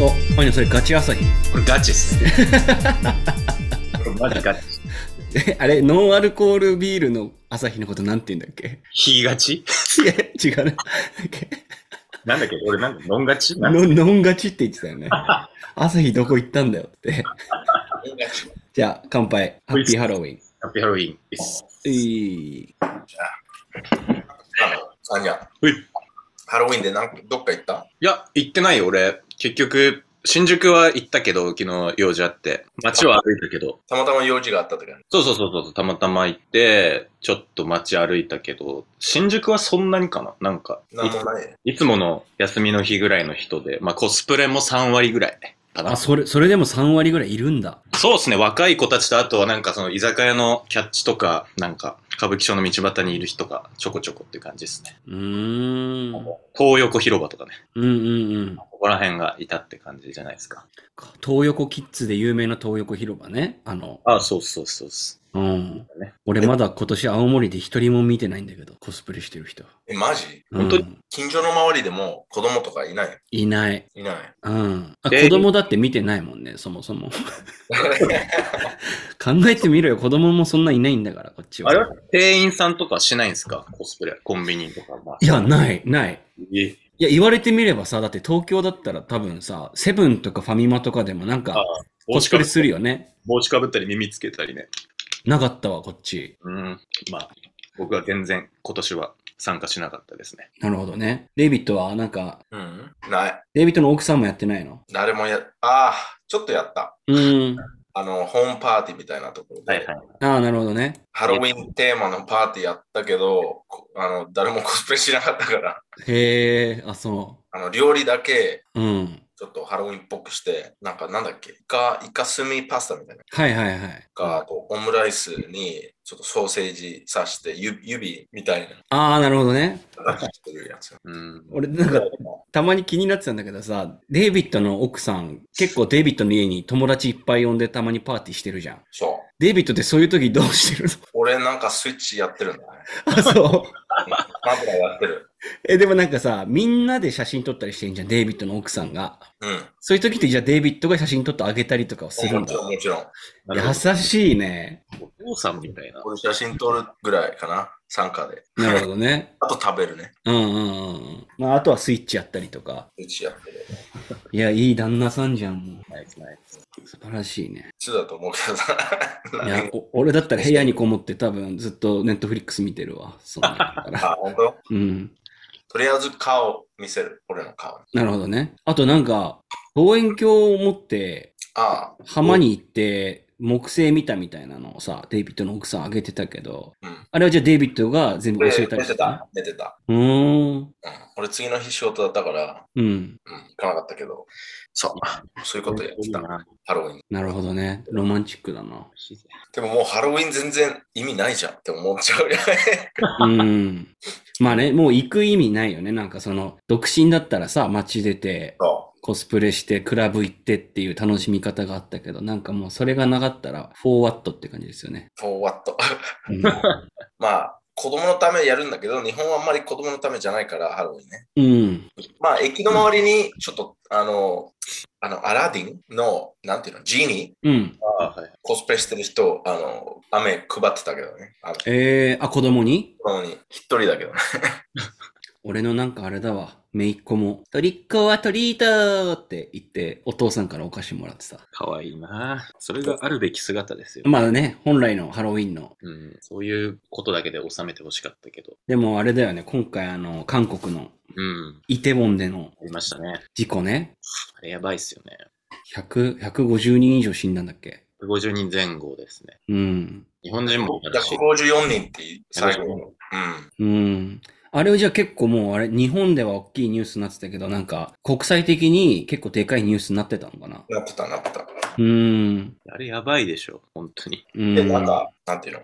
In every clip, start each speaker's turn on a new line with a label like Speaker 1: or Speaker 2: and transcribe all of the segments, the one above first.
Speaker 1: お、マニアそれガチ朝日。
Speaker 2: これガチっすね。これマジガチ。
Speaker 1: え、あれ、ノンアルコールビールの朝日のことなんて言うんだっけ
Speaker 2: 火ガチ
Speaker 1: いや、違うな。
Speaker 2: なんだっけ俺なんかノンガチなん
Speaker 1: ノンノンガチって言ってたよね。朝日どこ行ったんだよって。じゃあ、乾杯。ハッピーハロウィン。
Speaker 2: ハッピーハロウィンです。
Speaker 1: うい
Speaker 3: あの、サニャ、
Speaker 2: ういい
Speaker 3: ハロウィンでなんどっか行った
Speaker 2: や、行ってないよ俺。結局、新宿は行ったけど、昨日用事あって。街は歩いたけど。
Speaker 3: たまたま用事があった時ある
Speaker 2: そうそうそうそう、たまたま行って、ちょっと街歩いたけど、新宿はそんなにかななんかい
Speaker 3: なんもない。
Speaker 2: いつもの休みの日ぐらいの人で、まあコスプレも3割ぐらいかな
Speaker 1: あ、。それ、それでも3割ぐらいいるんだ。
Speaker 2: そうですね、若い子たちと、あとはなんかその居酒屋のキャッチとか、なんか歌舞伎町の道端にいる人がちょこちょこっていう感じですね。
Speaker 1: うーん。うん
Speaker 2: 東横広場とかね、
Speaker 1: うんうん。
Speaker 2: ここら辺がいたって感じじゃないですか。
Speaker 1: 東横キッズで有名な東横広場ね。あの、
Speaker 2: ああ、そうそうそうです。
Speaker 1: うん
Speaker 2: ね。
Speaker 1: 俺まだ今年青森で一人も見てないんだけど、コスプレしてる人。
Speaker 3: え、マジ
Speaker 2: 本当に
Speaker 1: うん
Speaker 3: 近所の周りでも子供とかいない
Speaker 1: いない。
Speaker 3: いない。
Speaker 1: うん。あ
Speaker 2: えー
Speaker 1: 子供だって見てないもんね、そもそ も。考えてみろよ、子供もそんないないんだから、こっちは。
Speaker 2: あれは店員さんとかしないんですかコスプレ、コンビニとか。まあ
Speaker 1: いや、ない、ない。
Speaker 2: え
Speaker 1: いや、言われてみればさ、だって東京だったら多分さ、セブンとかファミマとかでもなん
Speaker 2: あ
Speaker 1: か、コ
Speaker 2: 帽
Speaker 1: スプ
Speaker 2: 子かぶ
Speaker 1: レ
Speaker 2: っ
Speaker 1: するよね。
Speaker 2: 帽子かぶったり耳つけたりね。
Speaker 1: なかったわ、こっち。
Speaker 2: うん。まあ、僕は全然今年は参加しなかったですね。
Speaker 1: なるほどね。デイビッドは、なんか、
Speaker 3: うんない。
Speaker 1: デイビッドの奥さんもやってないの
Speaker 3: 誰もや、ああ、ちょっとやった。
Speaker 1: うーん。
Speaker 3: あの、ホームパーティーみたいなところで、
Speaker 2: い。
Speaker 1: ああ、なるほどね。
Speaker 3: ハロウィンテーマのパーティーやったけど、こあの、誰もコスプレしなかったから、
Speaker 1: へえ、あ、そ
Speaker 3: あの、料理だけ、
Speaker 1: う。うん。
Speaker 3: ちょっとハロウィンっぽくして、なんかなんだっけ、イカ、イカスミパスタみたいな。
Speaker 1: はいはいはい。
Speaker 3: か、あとオムライスに、ちょっとソーセージ刺して、ゆ指みたいな。
Speaker 1: ああ、なるほどね。
Speaker 3: 形してるやつ。
Speaker 2: うん。
Speaker 1: 俺、なんか、たまに気になってたんだけどさ、デイビッドの奥さん、結構デイビッドの家に友達いっぱい呼んでたまにパーティーしてるじゃん。
Speaker 3: そう。
Speaker 1: デイビッドってそういう時どうしてる
Speaker 3: 俺なんかスイッチやってるんだね。
Speaker 1: のあ、そう。
Speaker 3: マブラやってる。
Speaker 1: え、でもなんかさ、みんなで写真撮ったりしてんじゃん、デイビッドの奥さんが。
Speaker 3: うん。
Speaker 1: そういう時って、じゃあデイビッドが写真撮ってあげたりとかをするん
Speaker 3: もちろ
Speaker 1: だ。
Speaker 3: ん、もちろん。
Speaker 1: 優しいね。
Speaker 2: お父さんみたいな。
Speaker 3: 俺写真撮るぐらいかな。参加で。
Speaker 1: なるほどね。
Speaker 3: あと食べるね。
Speaker 1: うんうんうんうん。まあ、あとはスイッチやったりとか。
Speaker 3: スイッチやってる。
Speaker 1: いや、いい旦那さんじゃん、も
Speaker 2: ナイスナイス
Speaker 1: う。素晴らしいね。
Speaker 3: 普通だと思うけどさ。
Speaker 1: いや、お俺だったら部屋にこもって多分ずっとネットフリックス見てるわ。そんなのだか ら。
Speaker 3: あ、本当
Speaker 1: うん。
Speaker 3: とりあえず顔見せる。俺の顔。
Speaker 1: なるほどね。あとなんか、望遠鏡を持って
Speaker 3: ああ。
Speaker 1: 浜に行って木星見たみたいなのをさ、デイビッドの奥さんあげてたけど、
Speaker 3: うん。
Speaker 1: あれはじゃあデイビッドが全部
Speaker 3: 俺
Speaker 1: 教え
Speaker 3: 寝
Speaker 1: たりしててた
Speaker 3: た。寝てた。
Speaker 1: うーん。
Speaker 3: うん。俺次の日仕事だったから、
Speaker 1: うん。
Speaker 3: うん。行かなかったけど。そう。そういうことやってた。ハロウィン。
Speaker 1: なるほどね。ロマンチックだな。
Speaker 3: でももうハロウィン全然意味ないじゃんって思っちゃうよね。
Speaker 1: うん。まあね、もう行く意味ないよね。なんかその、独身だったらさ、街出て、
Speaker 3: そ
Speaker 1: コスプレしてクラブ行ってっていう楽しみ方があったけど、なんかもうそれがなかったら、フォーワットって感じですよね。
Speaker 3: う。for what?
Speaker 1: うん
Speaker 3: まあ、子供のためやるんだけど、日本はあんまり子供のためじゃないから、ハロウィンね。
Speaker 1: うん。
Speaker 3: まあ、駅の周りに、ちょっと、あの、あの、アラディンの、なんていうの、ジーニー、
Speaker 1: うん。
Speaker 2: ああ、はい。
Speaker 3: コスプレしてる人、あの、飴配ってたけどね。あの、
Speaker 1: えー、あ、子供に
Speaker 3: 子供に、一人だけどね。
Speaker 1: 俺のなんかあれだわ。めいっ子も、トリックはトリートーって言って、お父さんからお菓子もらってた。
Speaker 2: かわいいなそれがあるべき姿ですよ。
Speaker 1: まあね、本来のハロウィンの。
Speaker 2: うん、そういうことだけで収めてほしかったけど。
Speaker 1: でもあれだよね、今回あの、韓国の
Speaker 2: うん。
Speaker 1: イテウォンでの
Speaker 2: ありましたね。
Speaker 1: 事故ね、
Speaker 2: あれやばいっすよね。
Speaker 1: 100、150人以上死んだんだっけ
Speaker 2: 50人前後ですね。
Speaker 1: うん。
Speaker 2: 日本人もいたし。
Speaker 3: 154人っていう、最後の。うん。
Speaker 1: うん。あれをじゃあ結構もうあれ、日本では大きいニュースになってたけど、なんか国際的に結構でかいニュースになってたのかな。
Speaker 3: なってた、なってた。
Speaker 1: うーん。
Speaker 2: あれやばいでしょ、本当に。
Speaker 1: うん。
Speaker 3: で、なんか、なんていうの、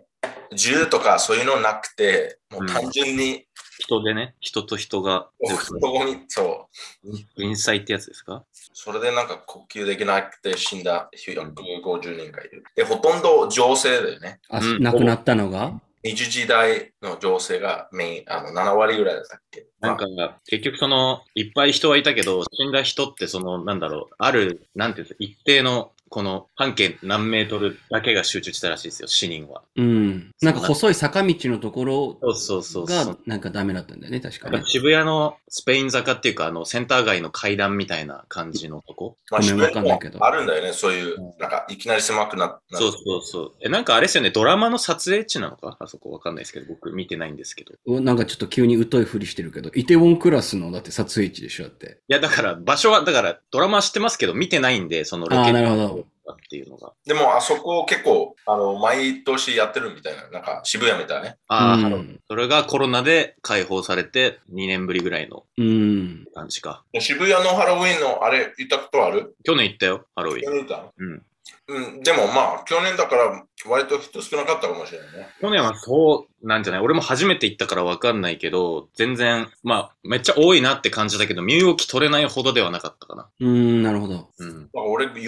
Speaker 3: 銃とかそういうのなくて、もう単純に、
Speaker 2: 人でね、人と人がずっ
Speaker 3: そこに、そう、
Speaker 2: と、人災ってやつですか
Speaker 3: それでなんか呼吸できなくて死んだ150人がいる。で、ほとんど女性だよね。
Speaker 1: あ
Speaker 2: うん
Speaker 1: 亡くなったのが
Speaker 3: 20時代の女性がメイン、あの、7割ぐらいだったっけ
Speaker 2: なんか、結局その、いっぱい人はいたけど、死んだ人ってその、なんだろう、ある、なんていうんですか、一定の、この、半径何メートルだけが集中したらしいですよ、死人は。
Speaker 1: うん。なんか細い坂道のところ
Speaker 2: そうそうそうそう。
Speaker 1: がなんかダメだったんだよね、確か
Speaker 2: なん
Speaker 1: ね
Speaker 2: か。渋谷のスペイン坂っていうか、あの、センター街の階段みたいな感じのとこ。
Speaker 3: まあ、
Speaker 1: ごめん
Speaker 3: 渋
Speaker 1: わかん
Speaker 3: 谷
Speaker 1: ない
Speaker 3: も
Speaker 1: けど
Speaker 3: あるんだよね、そういう、なんか、いきなり狭くなった。
Speaker 2: そうそうそう。え、なんかあれですよね、ドラマの撮影地なのかあそこわかんないですけど、僕見てないんですけど。いう
Speaker 1: わなんかちょっと急に疎いふりしてるけど、イテウォンクラスのだって撮影地でしょ、だって。
Speaker 2: や、だから、場所は、だから、ドラマは知ってますけど、見てないんで、そのロ
Speaker 1: あ
Speaker 2: ケ
Speaker 1: ーなるほど
Speaker 2: っていうのが。
Speaker 3: でも、あそこ結構、あの、毎年やってるみたいな、なんか、渋谷みたいね。
Speaker 2: ああ、
Speaker 1: うん。
Speaker 2: それがコロナで解放されて、2年ぶりぐらいの
Speaker 1: うん。
Speaker 2: 感じか。
Speaker 3: 渋谷のハロウィンの、あれ、行ったことある
Speaker 2: 去年行ったよ、ハロウィ
Speaker 3: 去
Speaker 2: ン。
Speaker 3: 年行った
Speaker 2: うん。
Speaker 3: うん、でもまあ、去年だから、割と人少なかったかもしれないね。
Speaker 2: 去年はそうなんじゃない俺も初めて行ったからわかんないけど、全然、まあ、めっちゃ多いなって感じだけど、身動き取れないほどではなかったかな。
Speaker 1: うん、なるほど。
Speaker 2: うん。
Speaker 3: だから俺、4、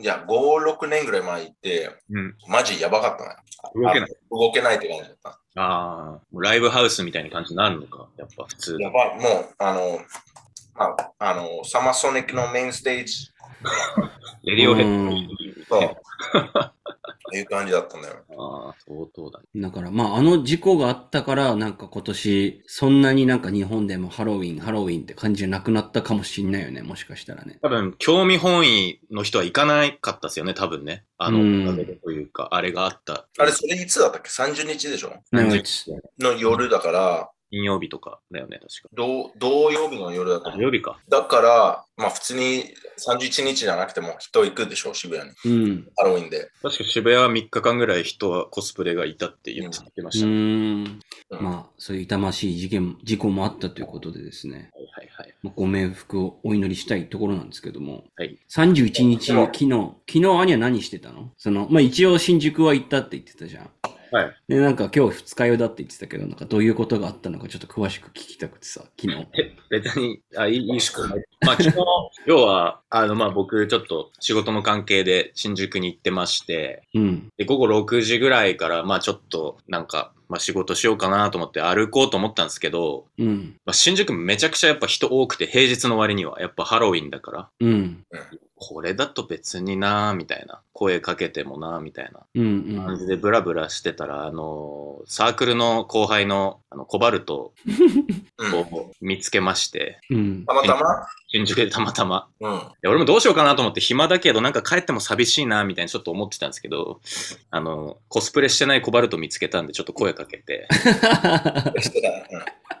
Speaker 3: いや、5、6年ぐらい前行って、
Speaker 2: うん。
Speaker 3: マジやばかったね。
Speaker 2: 動けない。
Speaker 3: 動けないって感じだった。
Speaker 2: ああ、もうライブハウスみたいな感じになるのか、やっぱ普通
Speaker 3: やばい、もう、あの、まあ、あの、サマーソニックのメインステージ
Speaker 2: レディオヘ
Speaker 1: う
Speaker 2: ッ
Speaker 1: ん
Speaker 3: と、
Speaker 2: ド。
Speaker 3: いう感じだったんだよ。
Speaker 2: ああ、相当だね。
Speaker 1: だから、まあ、あの事故があったから、なんか今年、そんなになんか日本でもハロウィン、ハロウィンって感じじゃなくなったかもしんないよね、もしかしたらね。
Speaker 2: 多分、興味本位の人は行かなかったですよね、多分ね。あの、
Speaker 1: うん
Speaker 2: おかげでというか、あれがあった。
Speaker 3: あれ、それいつだったっけ ?30 日でしょ
Speaker 1: なんか
Speaker 3: の夜だから、
Speaker 2: 金曜日とかだよね、確
Speaker 3: 同同曜日の夜だった
Speaker 2: か。金曜日か。
Speaker 3: だから、まあ普通に31日じゃなくても人行くでしょ、渋谷に。
Speaker 1: うん。
Speaker 3: ハロウィンで。
Speaker 2: 確か渋谷は3日間ぐらい人はコスプレがいたって言ってま
Speaker 1: う
Speaker 2: したね。
Speaker 1: ん。
Speaker 3: うん
Speaker 1: まあ、そういう痛ましい事件、事故もあったということでですね。
Speaker 2: はいはいはい。
Speaker 1: まあご冥福をお祈りしたいところなんですけども。
Speaker 2: はい。
Speaker 1: 31日
Speaker 3: でも
Speaker 1: の昨日、昨日兄は何してたのその、まあ一応新宿は行ったって言ってたじゃん。
Speaker 2: はい。
Speaker 1: で、なんか今日二日酔いだって言ってたけど、なんかどういうことがあったのかちょっと詳しく聞きたくてさ、昨日。
Speaker 2: え、別に、あ、いい、いいですか。まあ、昨日、要は、あの、まあ、僕、ちょっと仕事の関係で新宿に行ってまして、
Speaker 1: うん。
Speaker 2: で、午後6時ぐらいから、まあ、ちょっと、なんか、まあ、仕事しようかなと思って歩こうと思ったんですけど、
Speaker 1: うん。
Speaker 2: まあ、新宿めちゃくちゃやっぱ人多くて、平日の割には、やっぱハロウィンだから、
Speaker 1: うん。
Speaker 2: これだと別になみたいな、声かけてもなみたいな
Speaker 1: うん。
Speaker 2: 感じでブラブラしてたら、あのーサークルの後輩の、あの、コバルト
Speaker 3: うん
Speaker 2: を見つけまして、
Speaker 1: うん。うん
Speaker 3: た。また
Speaker 2: 新宿でたまたま、
Speaker 3: ま、うん、
Speaker 2: で俺もどうしようかなと思って暇だけどなんか帰っても寂しいなみたいにちょっと思ってたんですけどあのコスプレしてないコバルト見つけたんでちょっと声かけて
Speaker 3: してたね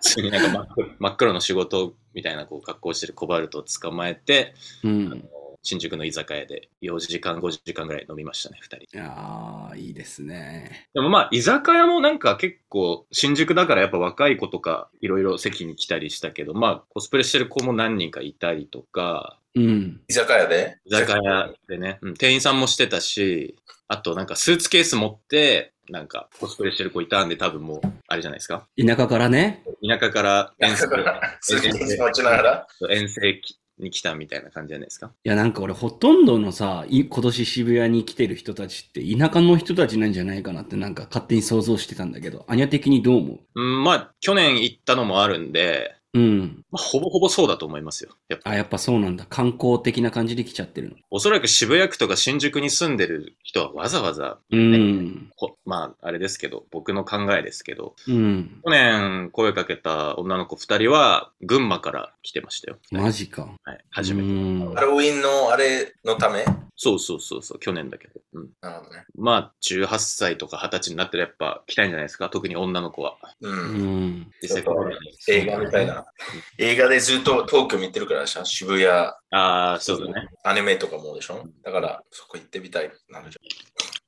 Speaker 2: 普通になんか真っ黒 真っ黒の仕事みたいなこう格好してるコバルトを捕まえて
Speaker 1: うん。
Speaker 2: 新宿の居酒屋で4時間5時間ぐらい飲みましたね2人
Speaker 1: いやー、いいですね。
Speaker 2: でもまあ居酒屋もなんか結構新宿だからやっぱ若い子とかいろいろ席に来たりしたけどまあコスプレしてる子も何人かいたりとか
Speaker 1: うん。
Speaker 3: 居酒屋で
Speaker 2: 居酒屋でね、うん、店員さんもしてたし、あとなんかスーツケース持って、なんかコスプレしてる子いたんで多分もう、あれじゃないですか。
Speaker 1: 田舎からね。
Speaker 2: 田舎から遠征
Speaker 3: だから、通勤持ちながら、
Speaker 2: 遠征に来たみたいな感じじゃないですか。
Speaker 1: いや、なんか俺、ほとんどのさ、い今年渋谷に来てる人たちって、田舎の人たちなんじゃないかなって、なんか勝手に想像してたんだけど、アニャ的にどう思う
Speaker 2: うん、まあ去年行ったのもあるんで、
Speaker 1: うん。
Speaker 2: まあ、ほぼほぼそうだと思いますよ。やっぱ
Speaker 1: あ、やっぱそうなんだ。観光的な感じで来ちゃってるの。
Speaker 2: おそらく渋谷区とか新宿に住んでる人はわざわざ、
Speaker 1: うん。
Speaker 2: こまああれですけど、僕の考えですけど、
Speaker 1: うん。
Speaker 2: 去年声かけた女の子2人は群馬から来てましたよ。
Speaker 1: マジか。
Speaker 2: はい、初めて。
Speaker 1: うん
Speaker 3: ハロウィンのあれのため、
Speaker 2: そうそうそうそう、去年だけど。うん、
Speaker 3: なるほどね。
Speaker 2: まあ、18歳とか20歳になったらやっぱ来たいんじゃないですか、特に女の子は。
Speaker 3: う。
Speaker 1: うんん。
Speaker 2: 実際
Speaker 3: そう
Speaker 2: こ
Speaker 3: そう
Speaker 2: ういうの
Speaker 3: 映画みたいな。映画でずっとトーク見てるからでしょ渋谷、
Speaker 2: ああ、そうだね。
Speaker 3: アニメとかもでしょだから、そこ行ってみたい。なるじ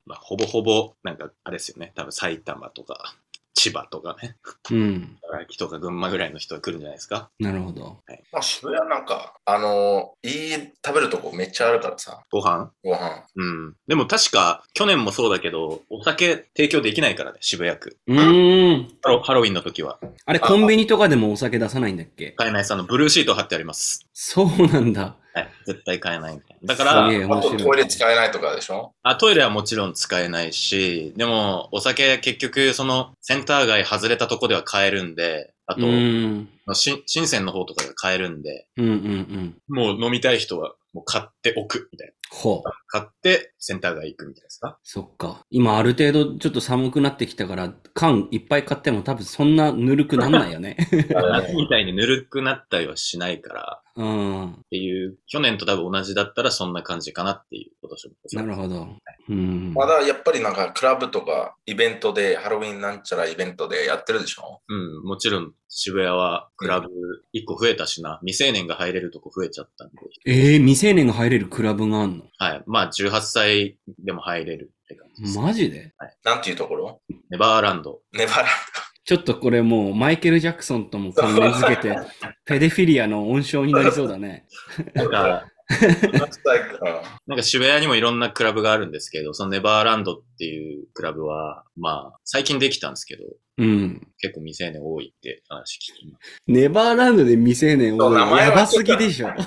Speaker 2: まあ、ほぼほぼ、なんか、あれですよね。多分埼玉とか、千葉とかね。
Speaker 1: うん。
Speaker 2: 茨城とか群馬ぐらいの人が来るんじゃないですか。
Speaker 1: なるほど。
Speaker 3: ゃん。まあ、渋谷なんか、あの、いい食べるとこめっちゃあるからさ、
Speaker 2: ご飯
Speaker 3: ご飯。
Speaker 2: うん。でも確か、去年もそうだけど、お酒提供できないからね、渋谷区。
Speaker 1: うーん。
Speaker 2: ハロハロウィンの時は。
Speaker 1: あれ、コンビニとかでもお酒出さないんだっけ
Speaker 2: 買えないさんのブルーシート貼ってあります。
Speaker 1: そうなんだ。
Speaker 2: はい絶対買えないみたいな。だか
Speaker 1: すげえ
Speaker 2: ら、
Speaker 3: あ
Speaker 1: 面
Speaker 3: と
Speaker 1: 白い。
Speaker 3: トイレ使えないとかでしょ
Speaker 2: あ、トイレはもちろん使えないし、でも、お酒結局、その、センター街外れたとこでは買えるんで、あと、
Speaker 1: うん。
Speaker 2: し深センの方とかで買えるんで、
Speaker 1: うんうんうん。
Speaker 2: もう飲みたい人は、もう買っておく、みたい
Speaker 1: ほう
Speaker 2: な。。買って、センター街行くみたいなですか
Speaker 1: そっか。今ある程度ちょっと寒くなってきたから、缶いっぱい買っても多分そんなぬるくなんないよね。
Speaker 2: 夏みたいにぬるくなったりはしないから、
Speaker 1: うん。
Speaker 2: っていう、去年と多分同じだったらそんな感じかなっていうことし
Speaker 1: なるほど。うん。
Speaker 3: まだやっぱりなんかクラブとかイベントでハロウィンなんちゃらイベントでやってるでしょ
Speaker 2: うん、もちろん渋谷はクラブ一個増えたしな、未成年が入れるとこ増えちゃったんで、
Speaker 1: ええ未成年が入れるクラブがあんの
Speaker 2: はい。まあ18歳でも入れるって感じです。
Speaker 1: マジで
Speaker 3: なんていうところ
Speaker 2: ネバーランド。
Speaker 3: ネバラ。
Speaker 1: ちょっとこれもうマイケル・ジャクソンとも関連づけ て、ペデフィリアの温床になりそうだね。
Speaker 2: なん か、
Speaker 3: 18歳うん
Speaker 2: なんか渋谷にもいろんなクラブがあるんですけど、そのネバーランドっていうクラブは、まあ、最近できたんですけど、
Speaker 1: うん。
Speaker 2: 結構未成年多いって話聞きま
Speaker 1: ネバーランドで未成年
Speaker 3: そう名
Speaker 1: 多い。
Speaker 3: 前は
Speaker 1: やばすぎでしょ。
Speaker 2: す。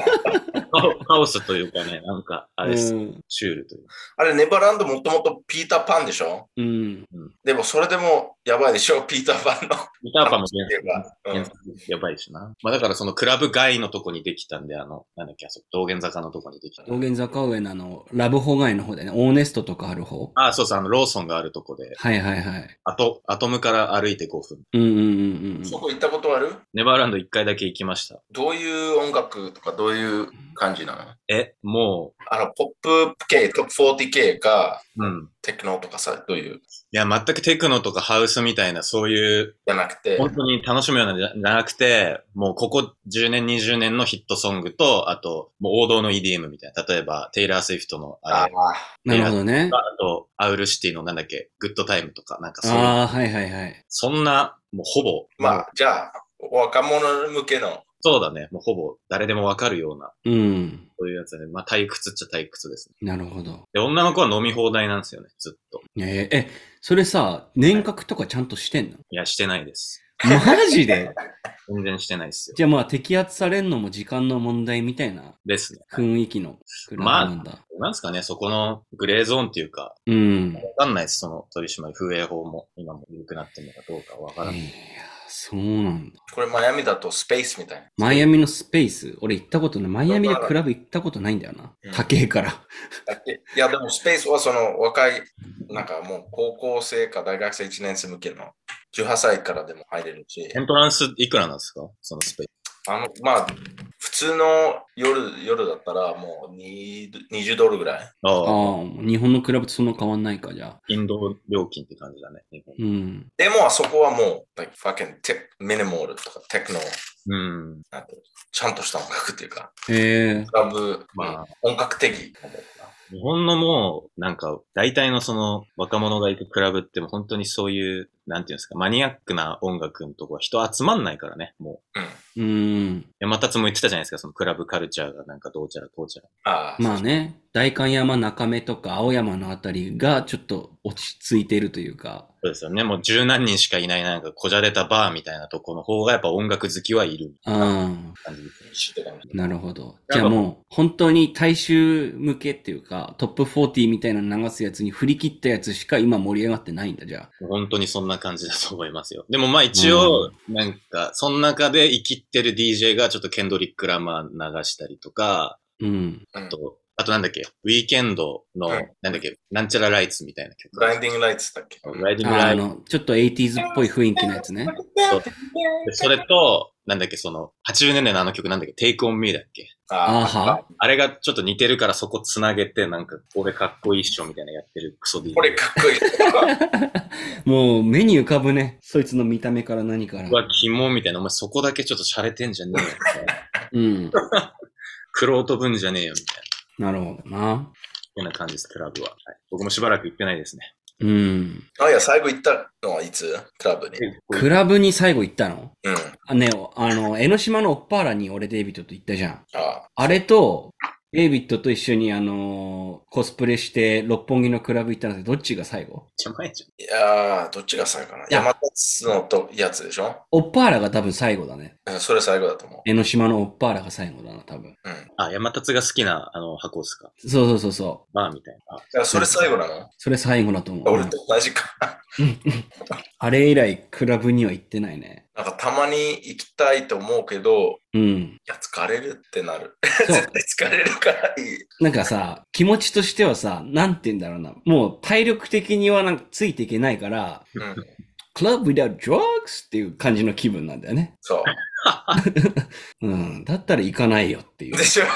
Speaker 2: カオ カオスというかね、なんか、あれです、
Speaker 1: うん。
Speaker 2: シュールというか。
Speaker 3: あれ、ネバランドもともとピーターパンでしょ
Speaker 1: うん。
Speaker 3: でもそれでもやばいでしょピーターパンの。
Speaker 2: ギターパンも原
Speaker 3: うん
Speaker 2: 原作やばいしな。まあだからそのクラブ外のとこにできたんで、あの、なんだっけ、あそこ、道玄坂のとこにできた。
Speaker 1: 道玄坂上のあの、ラブホ街の方でね、オーネストとかある方。
Speaker 2: あ、そうそう、あの、ローソンがあるとこで、
Speaker 1: はいはいはい。
Speaker 2: アト、アトムから歩いて5分。
Speaker 1: うんうんうんうん。
Speaker 3: そこ行ったことある
Speaker 2: ネバーランド1回だけ行きました。
Speaker 3: どういう音楽とかどういう感じなの
Speaker 2: え、も
Speaker 3: あの、ポップ系、トップ40系か、
Speaker 2: う、うん。
Speaker 3: テクノとかさ、どういう、
Speaker 2: いや、全くテクノとかハウスみたいな、そういう、
Speaker 3: じゃなくて、
Speaker 2: 本当に楽しむようなんじゃなくて、もうここ10年、20年のヒットソングと、あと、もう王道の EDM みたいな。例えば、テイラー・スウィフトのあ
Speaker 3: あ
Speaker 2: れ、
Speaker 3: あ、
Speaker 1: なるほどね
Speaker 2: あ。と、アウルシティのなんだっけ、グッドタイムとか、なんかそういう、
Speaker 1: ああ、はいはいはい。
Speaker 2: そんな、もうほぼ、
Speaker 3: まあ、じゃあ、若者向けの、
Speaker 2: そうだね。もうほぼ誰でもわかるような、
Speaker 1: うん。
Speaker 2: そういうやつで、まあ退屈っちゃ退屈ですね。
Speaker 1: なるほど。
Speaker 2: で、女の子は飲み放題なんですよね、ずっと。
Speaker 1: えーえ、それさ、年額とかちゃんとしてんの
Speaker 2: いや、してないです。
Speaker 1: マジで
Speaker 2: 全然してないですよ。
Speaker 1: じゃあまあ摘発されんのも時間の問題みたいな
Speaker 2: ですね。
Speaker 1: 雰囲気のクラブなんだ。
Speaker 2: なんですかね、そこのグレーゾーンっていうか、
Speaker 1: うん。
Speaker 2: わかんないです、その取り締まり、風営法も、今も緩くなってるのかどうかわから
Speaker 1: い
Speaker 2: な
Speaker 1: や
Speaker 2: い。、
Speaker 1: そうなんだ。
Speaker 3: これマイアミだとスペースみたい
Speaker 1: マイアミのスペース、俺行ったことない。マイアミでクラブ行ったことないんだよな
Speaker 3: うん。
Speaker 1: 高えから。
Speaker 3: な。だっていや、でもスペースはその若い、なんかもう高校生か大学生1年生向けの、18歳からでも入れるし、
Speaker 2: エントランスいくらなんですかそのスペース。
Speaker 3: あの、まあ、普通の夜夜だったらもう20 20ドルぐらい。
Speaker 1: あ
Speaker 2: ああ、
Speaker 1: あ、日本のクラブとそんな変わんないか、じゃあ。
Speaker 2: 頻度料金って感じだね、日本。
Speaker 1: うん。
Speaker 3: でも、あそこはもう、like, fucking tip, minimal とかテクノ、
Speaker 2: うん。
Speaker 3: なんていうのちゃんとした音楽っていうか、
Speaker 1: ええ
Speaker 3: クラブ、
Speaker 2: まあ、
Speaker 3: 音楽的。
Speaker 2: 日本のもう、なんか、大体のその、若者が行くクラブってもう本当にそういう、なんていうんですか、マニアックな音楽のとこは人集まんないからね、もう。
Speaker 1: うん。
Speaker 2: 山達も言ってたじゃないですか、そのクラブカルチャーがなんかどうちゃらこうちゃら。
Speaker 3: ああ、
Speaker 1: まあね、代官山、中目とか青山のあたりがちょっと落ち着いてるというか。
Speaker 2: そうですよね、もう十何人しかいないなんか、こじゃれたバーみたいなとこの方がやっぱ音楽好きはいる
Speaker 1: うん。
Speaker 2: 感じですね。
Speaker 3: 知ってたね
Speaker 1: なるほど。
Speaker 2: や
Speaker 1: じゃ
Speaker 2: っぱ
Speaker 1: あもう、本当に大衆向けっていうか、トップ40みたいなの流すやつに振り切ったやつしか今盛り上がってないんだ、じゃあ。
Speaker 2: もう本当にそんな感じだと思いますよ。でもまあ一応、なんか、その中で生きってる DJ がちょっとケンドリック・ラマー流したりとか、
Speaker 1: うん。
Speaker 3: うん
Speaker 2: あと、あとなんだっけ、ウィーケンドの、
Speaker 3: はい
Speaker 2: なんだっけ、なんちゃらライツみたいな曲。
Speaker 3: グラインディングライツだっけ
Speaker 2: ライディング
Speaker 1: あ
Speaker 2: ラ
Speaker 1: あ
Speaker 2: イツ。
Speaker 1: の、ちょっと 80s っぽい雰囲気のやつね。
Speaker 2: でそれと、なんだっけ、その、80年代のあの曲なんだっけ、Take on Me だっけ。
Speaker 1: あー
Speaker 3: ああ、
Speaker 1: は。
Speaker 2: あれがちょっと似てるからそこつなげて、なんか、これかっこいいっしょみたいなやってるクソ DJ
Speaker 3: これかっこいい。
Speaker 1: もう目に浮かぶね。そいつの見た目から何から。
Speaker 2: はキモみたいな、お前そこだけちょっと洒落てんじゃねえよみた いな。
Speaker 1: うん。
Speaker 2: クロート分じゃねえよみたいな。
Speaker 1: なるほどな。
Speaker 2: こんな感じです、クラブは。はい僕もしばらく行ってないですね。
Speaker 1: うん。
Speaker 3: あ、いや、最後行ったのはいつクラブに。
Speaker 1: クラブに最後行ったの
Speaker 3: うん。
Speaker 1: あねあの、江ノ島のオッパーラに俺デイビッドと行ったじゃん。
Speaker 3: あ
Speaker 1: あれと、デイビッドと一緒にあのーコスプレして六本木のクラブ行ったのでどっちが最後
Speaker 2: じゃ前じゃん。
Speaker 3: いやー、どっちが最後かな。
Speaker 1: や
Speaker 3: 山立のとやつでしょ
Speaker 1: オッパーラが多分最後だね。
Speaker 3: うんそれ最後だと思
Speaker 1: 江ノ島のオッパーラが最後だな、多分。
Speaker 3: う。うん。だか
Speaker 2: あ、山達が好きな、あの、箱っすか。
Speaker 1: そうそうそうそう。
Speaker 2: バーみたいな。あ
Speaker 3: らそれ最後なの
Speaker 1: それ最後だと思
Speaker 3: 俺
Speaker 1: う。
Speaker 3: と同じか。
Speaker 1: あれ以来クラブには行ってないね。
Speaker 3: なんかたまに行きたいと思うけど、
Speaker 1: うん。
Speaker 3: いや、疲れるってなる。
Speaker 1: そう
Speaker 3: 絶対疲れるからいい。
Speaker 1: なんかさ、気持ちとしてはさ、なんて言うんだろうな。もう体力的にはなんかついていけないから、
Speaker 3: うん。
Speaker 1: Club without drugs っていう感じの気分なんだよね。
Speaker 3: そ
Speaker 1: うん。だったら行かないよっていう
Speaker 3: う。で。 しょ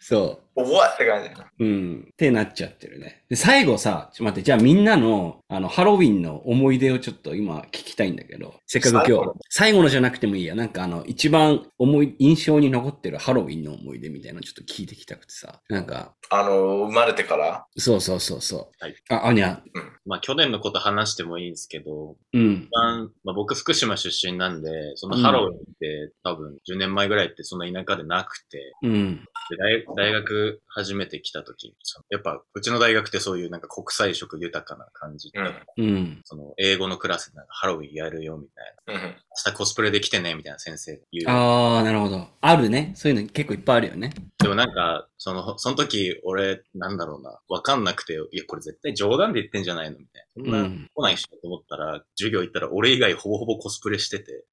Speaker 1: そ
Speaker 3: おわって感じ。
Speaker 1: う。うん。ってなっちゃってるね。で、最後さ、ちょっと待って、じゃあみんなの、あの、ハロウィンの思い出をちょっと今聞きたいんだけど、せっかく今日、
Speaker 3: 最
Speaker 1: 最
Speaker 3: 後
Speaker 1: 後
Speaker 3: の
Speaker 1: のじゃなくてもいいや。なんかあの、一番思い、印象に残ってるハロウィンの思い出みたいなのちょっと聞いてきたくてさ。なんか、
Speaker 3: あの、生まれてから
Speaker 1: そうそうそうそう。
Speaker 2: はい
Speaker 1: あ、アニャ、
Speaker 2: まあ、去年のこと話してもいいんですけど、
Speaker 1: うん
Speaker 2: 一。番、まあ、僕福島出身なんで、そのハロウィンって、多分10年前ぐらいってそんな田舎でなくて、
Speaker 1: うん。
Speaker 2: で大大学初めて来た時、そのやっぱうちの大学ってそういうなんか国際色豊かな感じで、
Speaker 3: うん。
Speaker 1: うん。
Speaker 2: その英語のクラスでなんかハロウィンやるよみたいな、
Speaker 3: うん。
Speaker 2: 明日コスプレで来てねみたいな先生が言う。
Speaker 1: あー、なるほど。あるね。そういうの結構いっぱいあるよね。
Speaker 2: でもなんか、その、その時、俺、なんだろうな、わかんなくて、いや、これ絶対冗談で言ってんじゃないのみたいな。そん
Speaker 1: う
Speaker 2: な、
Speaker 1: ん。
Speaker 2: 来ない人と思ったら、授業行ったら俺以外ほぼほぼコスプレしてて、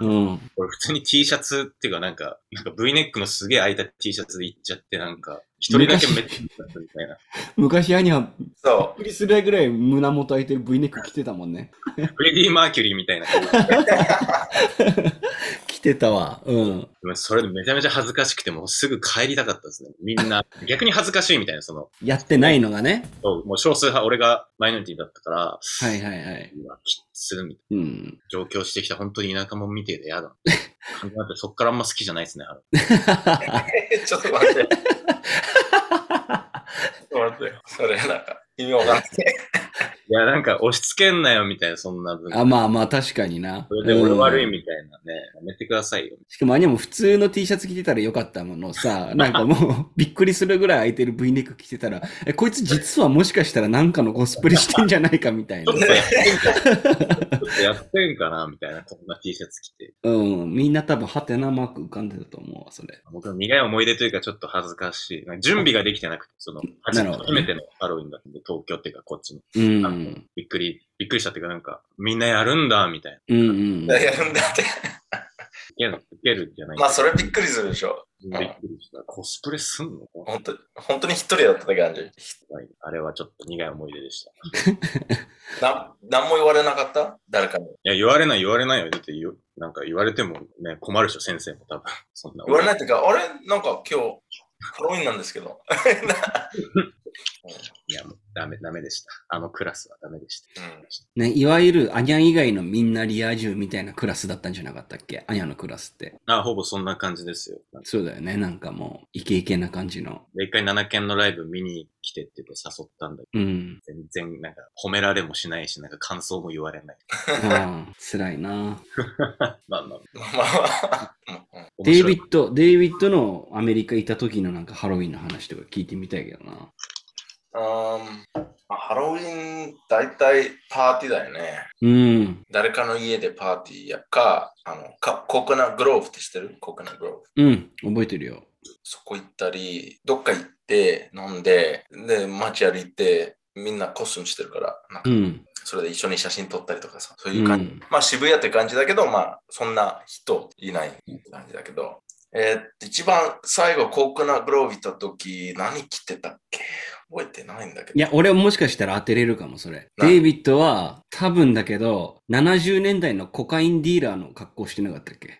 Speaker 1: うん。
Speaker 2: 俺普通に T シャツっていうかなんか、なんか V ネックのすげえ開いた T シャツで行っちゃって、なんか、一人だけめっちゃ行ったみたいな。
Speaker 1: 昔アニャ、
Speaker 3: そ
Speaker 1: びっくりするぐらい胸元開いてる V ネック着てたもんね。
Speaker 2: フレディ・マーキュリーみたいな感じで。
Speaker 1: 着てたわ。うん。
Speaker 2: それでめちゃめちゃ恥ずかしくて、もうすぐ帰りたかったですね。みんな、逆に恥ずかしいみたいな、その、
Speaker 1: やってないのがね。
Speaker 2: そうもう少数派、俺がマイノリティだったから、
Speaker 1: はいはいはい。
Speaker 2: うわ、きっつ、みたいな。
Speaker 1: うん。
Speaker 2: 上京してきた本当に田舎者みてえで嫌だ。感じになってそっからあんま好きじゃないですね。あの
Speaker 3: う。 ちょっと待って。ちょっと待って。それなんか、意味わかんない。
Speaker 2: いや、なんか押し付けんなよみたいな、そんな分。
Speaker 1: あ、まあまあ確かにな。
Speaker 2: それで俺悪い
Speaker 1: うん
Speaker 2: みたいなね。やめてくだ さいよ。
Speaker 1: しかもアニャも普通の T シャツ着てたらよかったものを さ、なんかもうびっくりするぐらい開いてる V ネック着てたら、え、こいつ実はもしかしたらなんかのコスプレしてんじゃないかみたい
Speaker 2: ちょ
Speaker 1: な
Speaker 2: っ。とやってんか。ちょっとやってんかなみたいな、こんな T シャツ着て。
Speaker 1: うん。みんな多分ハテナマーク浮かんでたと思うわ、それ。
Speaker 2: 僕の苦い思い出というか、ちょっと恥ずかしい。なんか準備ができてなくて、その、初
Speaker 1: なるほど
Speaker 2: 初めてのハロウィンだったんで、東京っていうか、こっちの。
Speaker 1: うん。う
Speaker 2: あ
Speaker 1: ん
Speaker 2: びっくり、びっくりしたっていうか、なんか、みんなやるんだ、みたいな。
Speaker 1: うん。
Speaker 3: やるんだ って。
Speaker 2: いける、いけるんじゃない
Speaker 3: まあ、それびっくりするでしょ。
Speaker 2: びっくりした。コスプレすんの
Speaker 3: 本当に本当に一人だったって感じ。
Speaker 2: はいあれはちょっと苦い思い出でした。
Speaker 3: な何も言われなかった誰かに。
Speaker 2: いや、言われない、言われないよ。だって言う、なんか言われてもね、困るでしょ、先生も多分。そんな。
Speaker 3: 言われないっていうか、あれなんか今日、ハロウィンなんですけど。
Speaker 2: いや、もうダメ、ダメでした。あのクラスはダメでした。
Speaker 3: うん
Speaker 1: ね、いわゆるアニャ以外のみんなリア充みたいなクラスだったんじゃなかったっけアニャのクラスって。
Speaker 2: あ、ほぼそんな感じですよ。なんか
Speaker 1: そうだよね。なんかもう、イケイケな感じの。
Speaker 2: で、一回7軒のライブ見に来てって言って誘ったんだけ
Speaker 1: うん。
Speaker 2: ど、全然なんか褒められもしないし、なんか感想も言われない。
Speaker 1: ああ、辛いな。
Speaker 2: まあまあ、
Speaker 3: まあまあ まあ。
Speaker 1: デイビ
Speaker 2: ッ
Speaker 1: ッド、デイビッドのアメリカ行った時のなんかハロウィンの話とか聞いてみたいけどな。
Speaker 3: うんあハロウィン、大体パーティーだよね。
Speaker 1: うん。
Speaker 3: 誰かの家でパーティーやか、あのかココナグローブって知ってるココナグローブ。
Speaker 1: うん。覚えてるよ。
Speaker 3: そこ行ったり、どっか行って飲んで、で、街歩いて、みんなコスチュームしてるから、なん
Speaker 1: う
Speaker 3: か
Speaker 1: ん。
Speaker 3: それで一緒に写真撮ったりとかさ、そう
Speaker 1: う
Speaker 3: いう感じ。
Speaker 1: ん。
Speaker 3: まあ渋谷って感じだけど、まあそんな人いない感じだけど。えーっと、一番最後、ココナグローブ行った時、何着てたっけ覚えてないんだけど。
Speaker 1: いや、俺もしかしたら当てれるかも、それ。
Speaker 3: な
Speaker 1: デイビッドは、多分だけど、70年代のコカインディーラーの格好してなかったっけ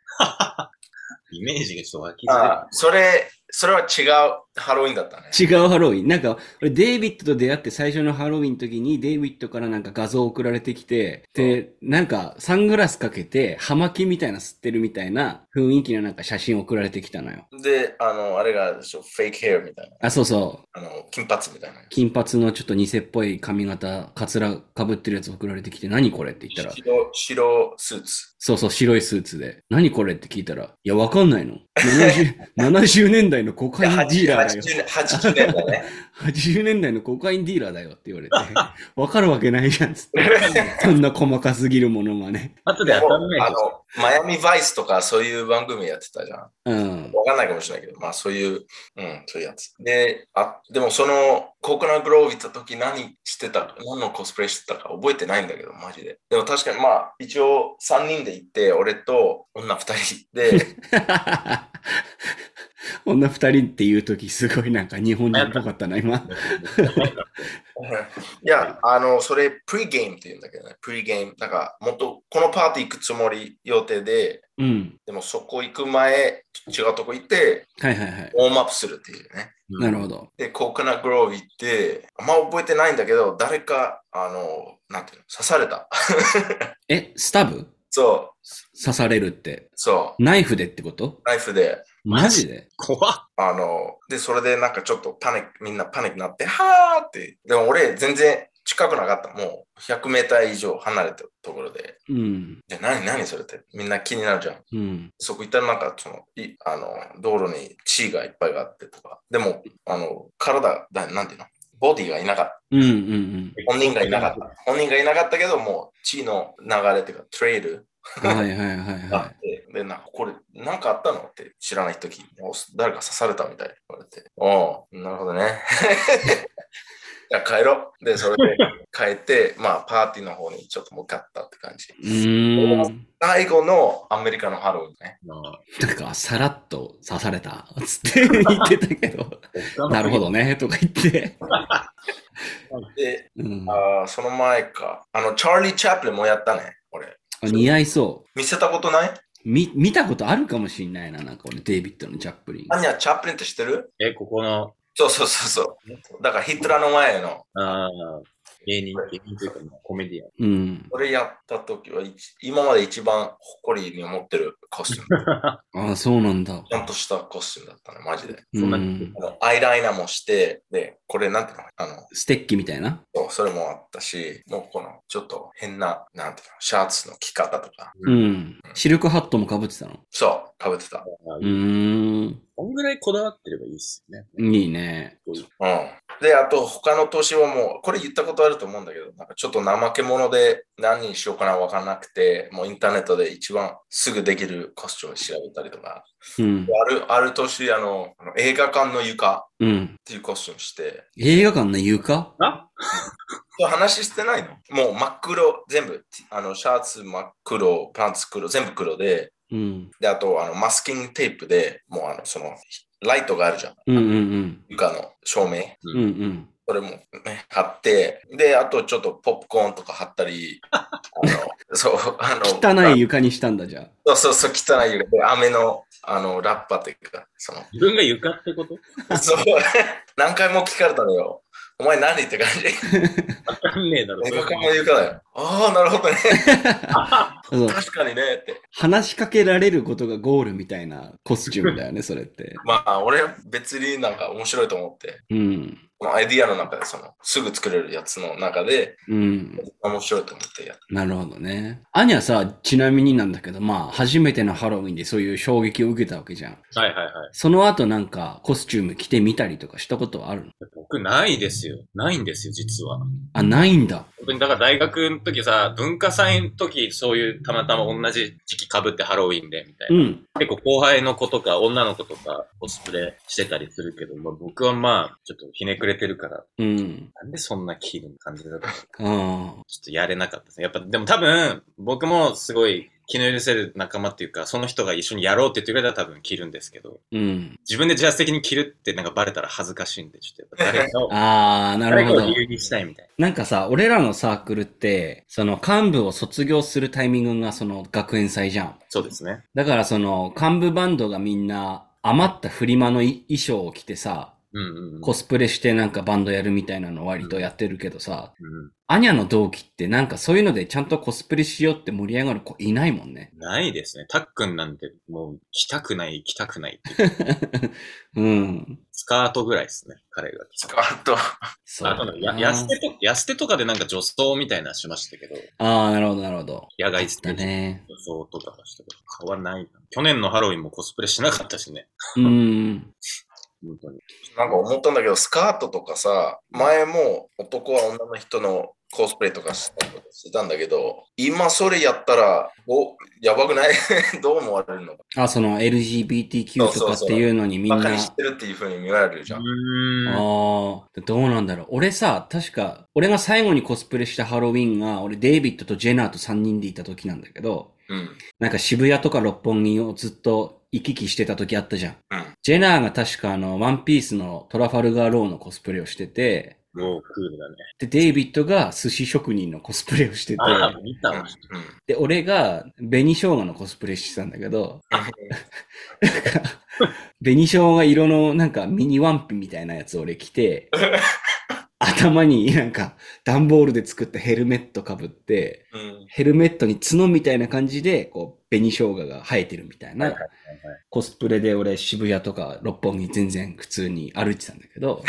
Speaker 2: イメージがちょっと湧きづら
Speaker 3: あ
Speaker 2: い。
Speaker 3: それ、それは違うハロウィンだったね。
Speaker 1: 違うハロウィン。なんか、俺デイビッドと出会って最初のハロウィンの時に、デイビッドからなんか画像送られてきて、で、なんかサングラスかけて、葉巻みたいな吸ってるみたいな雰囲気のなんか写真送られてきたのよ。
Speaker 3: で、あの、あれがあるでしょ、フェイクヘアみたいな。
Speaker 1: あ、そうそう。
Speaker 3: あの、金髪みたいな。
Speaker 1: 金髪のちょっと偽っぽい髪型、カツラ被ってるやつ送られてきて、何これって言ったら、
Speaker 3: 白白スーツ。
Speaker 1: そうそう、白いスーツで、何これって聞いたら、いや、わかんないの。70, 70年代のコ
Speaker 3: い
Speaker 1: カイ
Speaker 3: や
Speaker 1: ンディーラーだよ。
Speaker 3: 80 80年 だね。
Speaker 1: 80年代のコカインディーラーだよって言われて、 わかるわけないじゃんっつって。 そんな細かすぎるものまね。
Speaker 2: 後で
Speaker 3: で
Speaker 2: 当た
Speaker 3: も
Speaker 2: んない
Speaker 3: あ
Speaker 2: と。
Speaker 3: の、マヤミバイスとかそういう番組やってたじゃん。
Speaker 1: うん。
Speaker 3: わかんないかもしれないけど、まあそういう、うん、そういうやつ。で、あでもその、ココナグローブ行った時何してた、何のコスプレしてたか覚えてないんだけど、マジで。でも確かにまあ、一応3人で行って、俺と女2人で、
Speaker 1: 女二人っていう時すごいなんか日本人っぽかったな、今。
Speaker 3: いや、あの、それ、プリゲームって言うんだけどね、プリゲーム。なんか、もっとこのパーティー行くつもり予定で、
Speaker 1: うん。
Speaker 3: でもそこ行く前、違うとこ行って、
Speaker 1: はいはいはい。
Speaker 3: ウォームアップするっていうね。
Speaker 1: なるほど。
Speaker 3: で、コークナグローブ行って、あんま覚えてないんだけど、誰か、あの、なんていうの、刺された。
Speaker 1: え、スタブ
Speaker 3: そ
Speaker 1: 刺されるって
Speaker 3: う、。そう、
Speaker 1: ナイフでってこと
Speaker 3: ナイフで、
Speaker 1: マジで
Speaker 2: 怖っ。
Speaker 3: あの、で、それでなんかちょっとパニック、みんなパニックになって、はーって。でも俺、全然近くなかった。もう、100メーター以上離れたところで。
Speaker 1: うん。
Speaker 3: で、何、何それって、みんな気になるじゃん。
Speaker 1: うん。
Speaker 3: そこ行ったらなんか、その、いあの、道路に血がいっぱいあってとか。でも、あの、体、だなんていうの、ボディがいなかった。
Speaker 1: うんうんうん。
Speaker 3: 本人がいなか った。本人がいなかったけど、もう血の流れというか、トレイル
Speaker 1: はいはいはい
Speaker 3: が
Speaker 1: は
Speaker 3: あって、で、なんか、これ、なんかあったのって知らないとき、お誰か刺されたみたいに言われて、おうなるほどね。 じゃあ帰ろう。で、それで帰って、まあ、パーティーの方にちょっと向かったって感じ。
Speaker 1: い。うーん。
Speaker 3: 最後のアメリカのハロウィンね。
Speaker 1: なんか、さらっと刺された。つって言ってたけ ど。なるほ
Speaker 2: ど。
Speaker 1: どね。とか言って。
Speaker 3: で、
Speaker 1: うん。あ
Speaker 3: あーその前か。あの、チャーリー・チャップリンもやったね、俺。
Speaker 1: 似合いそう。
Speaker 3: 見せたことない
Speaker 1: み、見たことあるかもしんないな。なんか俺、デイビッドのチャップリン。
Speaker 3: アニャ・チャップリンって知ってる
Speaker 2: え、ここの、
Speaker 3: そうそうそうそう。だからヒトラーの前の
Speaker 2: あー芸人、芸人というか、コメディアン。
Speaker 1: うん。
Speaker 3: これやった時は一今まで一番誇りに思ってるコスチ ューム。
Speaker 1: ああ、そうなんだ。
Speaker 3: ちゃんとしたコスチュームだったね、マジで。
Speaker 2: そんな
Speaker 1: うん
Speaker 3: あのアイライナーもして、で、これなんていうのあの
Speaker 1: ステッキみたいな。
Speaker 3: そう、それもあったし、もうこのちょっと変な、なんていうの、シャツの着方とか、
Speaker 1: う。
Speaker 2: うん
Speaker 1: シルクハットもかぶってたの。
Speaker 3: そう、かぶってた。
Speaker 2: あ
Speaker 1: う
Speaker 2: ー
Speaker 1: ーん。
Speaker 2: こんぐらいこだわってればいいっすね。
Speaker 1: いいね。
Speaker 3: うん。で、あと他の年はもう、これ言ったことあると思うんだけど、なんかちょっと怠け者で何にしようかなわかんなくて、もうインターネットで一番すぐできるコスチュームを調べたりとか、
Speaker 1: うん
Speaker 3: で。ある、ある年、あの、あの映画館の床
Speaker 1: うん。
Speaker 3: っていうコスチュームして、
Speaker 1: 映画館の床
Speaker 2: あ
Speaker 3: これ話してないのもう真っ黒、全部、あの、シャツ真っ黒、パンツ黒、全部黒で、
Speaker 1: うん。
Speaker 3: で、あと、あの、マスキングテープで、もう、あの、その、ライトがあるじゃん。
Speaker 1: うんうんうん。
Speaker 3: 床の照明。
Speaker 1: うんうん。
Speaker 3: それもね、貼って、で、あと、ちょっとポップコーンとか貼っ たり、あの、そう、あの、
Speaker 1: 汚い床にしたんだじゃ
Speaker 3: そうそうそう、汚いよ。で雨の、あの、ラッパっていうか、 その、
Speaker 2: 自分が床ってこと
Speaker 3: そう、 何回も聞かれたのよ。お前何って感 じ。
Speaker 2: わかんねえだろ。
Speaker 3: 映画館の床だよ。ああ、なるほどね。
Speaker 1: あ。そう
Speaker 3: 確かにね、って。
Speaker 1: 話しかけられることがゴールみたいなコスチュームだよね、それって。
Speaker 3: まあ、俺別になんか面白いと思って、
Speaker 1: うん。
Speaker 3: このアイディアの中で、その、すぐ作れるやつの中で、
Speaker 1: うん。
Speaker 3: 面白いと思ってやっ
Speaker 1: なるほどね。アニはさ、ちなみになんだけど、まあ、初めてのハロウィンでそういう衝撃を受けたわけじゃん。
Speaker 2: はいはいはい。
Speaker 1: その後なんか、コスチューム着てみたりとかしたことはあるの
Speaker 2: 僕、ないですよ。ないんですよ、実は。
Speaker 1: あ、ないんだ。
Speaker 2: 本当に、だから大学の時さ、文化祭の時、そういうたまたま同じ時期被ってハロウィンで、みたいうな。
Speaker 1: ん。
Speaker 2: 結構後輩の子とか、女の子とか、コスプレしてたりするけど、まあ、僕はまあ、ちょっとひねくれてるから、
Speaker 1: うん。
Speaker 2: なんでそんな気分感じだったの
Speaker 1: ああ。
Speaker 2: ちょっとやれなかったですね。やっぱ、でも多分、僕もすごい気の許せる仲間っていうか、その人が一緒にやろうって言ってくれたら多分着るんですけど、
Speaker 1: うん。
Speaker 2: 自分で自発的に着るってなんかバレたら恥ずかしいんで、ちょっとやっぱ誰かを、
Speaker 1: ああ、なる
Speaker 2: 誰か
Speaker 1: ほ
Speaker 2: を
Speaker 1: ど
Speaker 2: 理。由にしたいみたい
Speaker 1: なんかさ、俺らのサークルって、その幹部を卒業するタイミングがその学園祭じゃん
Speaker 2: な。。そうですね。
Speaker 1: だからその幹部バンドがみんな、余ったフリマのい衣装を着てさ、
Speaker 2: うんうんうん。
Speaker 1: コスプレしてなんかバンドやるみたいなの割とやってるけどさ、
Speaker 2: うん
Speaker 1: アニャの同期ってなんかそういうのでちゃんとコスプレしようって盛り上がる子いないもんね。
Speaker 2: ないですね。たっくんなんて、もう、来たくない、来たくない。
Speaker 1: うん。
Speaker 2: スカートぐらいですね、彼が。
Speaker 3: スカート。
Speaker 1: そう
Speaker 2: あ
Speaker 1: だ
Speaker 2: と
Speaker 1: な
Speaker 2: ねや、安手と、安手とかでなんか女装みたいなのしましたけど、
Speaker 1: ああ、なるほど、なるほど。
Speaker 2: 野外ステ
Speaker 1: だ
Speaker 2: ージ。
Speaker 1: ね。
Speaker 2: 女装とかしたけど、変わらないな。去年のハロウィンもコスプレしなかったしね。
Speaker 1: うん。
Speaker 2: 本当に。
Speaker 3: なんか思ったんだけど、スカートとかさ、前も男は女の人のコスプレとかしたりしてたんだけど、今それやったら、お、やばくない どう思われるのか。
Speaker 1: あ、その LGBTQ とかっていうのにみんな。
Speaker 3: バカにしてるっていうふうに見られるじゃん。
Speaker 2: うーん。
Speaker 1: ああ、どうなんだろう。俺さ、確か、俺が最後にコスプレしたハロウィンが、俺デイビッドとジェナーと3人でいた時なんだけど、
Speaker 3: うん。うん。
Speaker 1: なんか渋谷とか六本木をずっと行き来してた時あったじゃん。ジェナーが確かあの、ワンピースのトラファルガーローのコスプレをしてて、
Speaker 2: もうクールだね。
Speaker 1: で、デイビッドが寿司職人のコスプレをしてて、
Speaker 2: ああ、見た
Speaker 3: うん
Speaker 2: わ。
Speaker 1: で、俺が紅生姜のコスプレしてたんだけど、 紅生姜色のなんかミニワンピみたいなやつを俺着て、頭になんか段ボールで作ったヘルメットかぶって、
Speaker 3: うん。うん。
Speaker 1: ヘルメットに角みたいな感じで、こう、紅生姜が生えてるみたい
Speaker 2: は
Speaker 1: ない
Speaker 2: はい
Speaker 1: コスプレで俺渋谷とか六本木全然普通に歩いてたんだけど、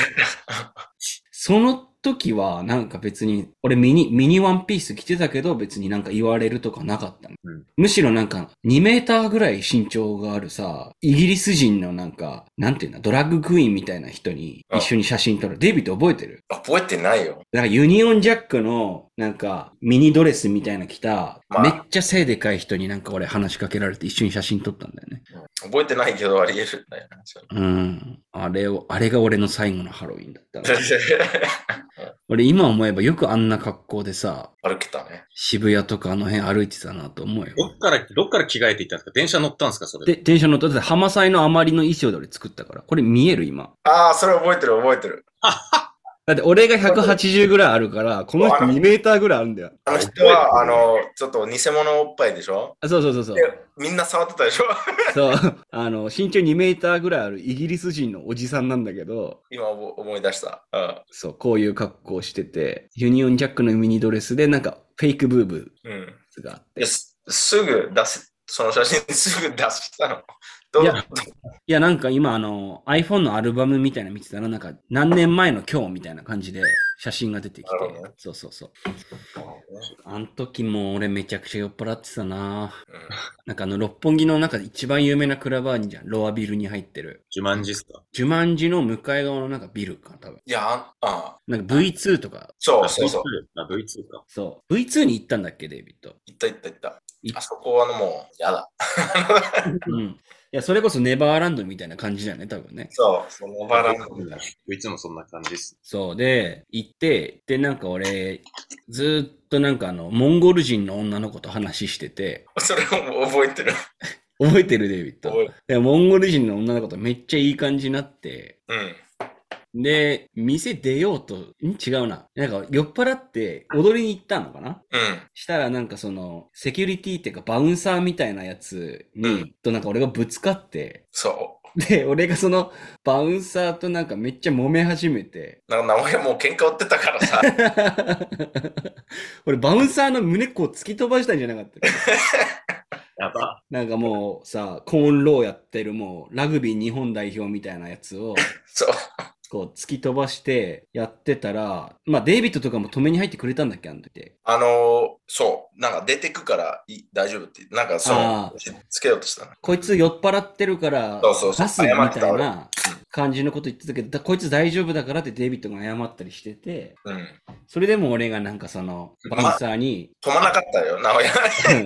Speaker 1: その時はなんか別に、俺ミニ、ミニワンピース着てたけど別になんか言われるとかなかったの、
Speaker 2: うん
Speaker 1: むしろなんか2メーターぐらい身長があるさ、イギリス人のなんか、なんていうんだ、ドラッグクイーンみたいな人に一緒に写真撮る。デイビッド覚えてる
Speaker 3: 覚えてないよ。
Speaker 1: なんかユニオンジャックのなんかミニドレスみたいな着た、
Speaker 3: まあ
Speaker 1: めっちゃ背でかい人になんか俺話しかけられて一緒に写真撮ったんだよね。
Speaker 3: 覚えてない けど、あり得るんだよね。
Speaker 1: うん。あれを、あれが俺の最後のハロウィンだったな。
Speaker 3: そ
Speaker 1: 俺今思えばよくあんな格好でさ、
Speaker 3: れ歩けたね。
Speaker 1: 渋谷とかあの辺歩いてたなと思うよ。
Speaker 2: どっから、どっから着替えていったんですか電車乗ったんですかそれ。
Speaker 1: で、電車乗った。だって浜祭の余りの衣装で俺作ったから。これ見える今。
Speaker 3: ああ、それ覚えてる、覚えてる。
Speaker 1: だって俺が180ぐらいあるから、この人2メーターぐらいあるんだよ。
Speaker 3: あの人は、あの、ちょっと偽物おっぱいでしょ
Speaker 1: あそうそうそうそ う。
Speaker 3: みんな触ってたでしょ
Speaker 1: そう。あの、身長2メーターぐらいあるイギリス人のおじさんなんだけど、
Speaker 3: 今思思い出した。うん
Speaker 1: そう、こういう格好してて、ユニオンジャックのミニドレスでなんかフェイクブーブ
Speaker 3: うん。
Speaker 1: ーがあって
Speaker 3: いや。すすぐ出す、その写真すぐ出したの。どう
Speaker 1: いやいや、なんか今、あの、iPhone のアルバムみたいなの見てたら、なんか、何年前の今日みたいな感じで写真が出てきて
Speaker 3: なるほどね、
Speaker 1: そうそうそう。あの時も俺めちゃくちゃ酔っ払ってたな
Speaker 3: うん
Speaker 1: なんかあの、六本木の中で一番有名なクラブあるじゃん。ロアビルに入ってる。
Speaker 2: 自慢ですか
Speaker 1: ジュマンジの向かい側のなんかビルか、多分。
Speaker 3: いや、ああ
Speaker 1: なんか V2 とか、
Speaker 3: そう
Speaker 2: あ
Speaker 3: そうそう。
Speaker 2: V2 あ、V2 か。
Speaker 1: そう。V2 に行ったんだっけ、デイビッド。
Speaker 3: 行った行った行った。あそこはもう、やだ。
Speaker 1: うん。いや、それこそネバーランドみたいな感じだよね、多分ね。
Speaker 3: そう、その バランスみたいな。
Speaker 2: V2 もそんな感じです。
Speaker 1: そうで、行って、で、なんか俺、ずーっとなんかあの、モンゴル人の女の子と話してて、
Speaker 3: それを覚えてる。
Speaker 1: 覚えてるデイビッド
Speaker 3: 覚。えてる
Speaker 1: で、モンゴル人の女の子とめっちゃいい感じになって、
Speaker 3: うん。
Speaker 1: で、店出ようと、ん違うな。なんか酔っ払って踊りに行ったのかな
Speaker 3: うん。
Speaker 1: したらなんかその、セキュリティっていうかバウンサーみたいなやつに、
Speaker 3: うん
Speaker 1: となんか俺がぶつかって、
Speaker 3: そ
Speaker 1: で、俺がその、バウンサーとなんかめっちゃ揉め始めて、
Speaker 3: う。なんか名前もう喧嘩売ってたか らさ。
Speaker 1: 俺バウンサーの胸こう突き飛ばしたんじゃなかった
Speaker 2: やば。
Speaker 1: なんかもうさ、コーンローやってるもうラグビー日本代表みたいなやつを
Speaker 3: そう。
Speaker 1: こう突き飛ばしてやってたら、まあデイビッドとかも止めに入ってくれたんだっけあの時。
Speaker 3: あのーそう。なんか出てくからいい大丈夫って。なんかそ
Speaker 1: あ
Speaker 3: の
Speaker 1: ー、
Speaker 3: つけようとしたな。
Speaker 1: こいつ酔っ払ってるから
Speaker 3: そうそうそう
Speaker 1: 出すみた
Speaker 3: 謝って
Speaker 1: い
Speaker 3: た俺
Speaker 1: な感じのこと言ってたけど、だこいつ大丈夫だからってデイビッドが謝ったりしてて、
Speaker 3: うん。
Speaker 1: それでも俺がなんかそのバウンサーに、
Speaker 3: 止まなかったよ、名古屋。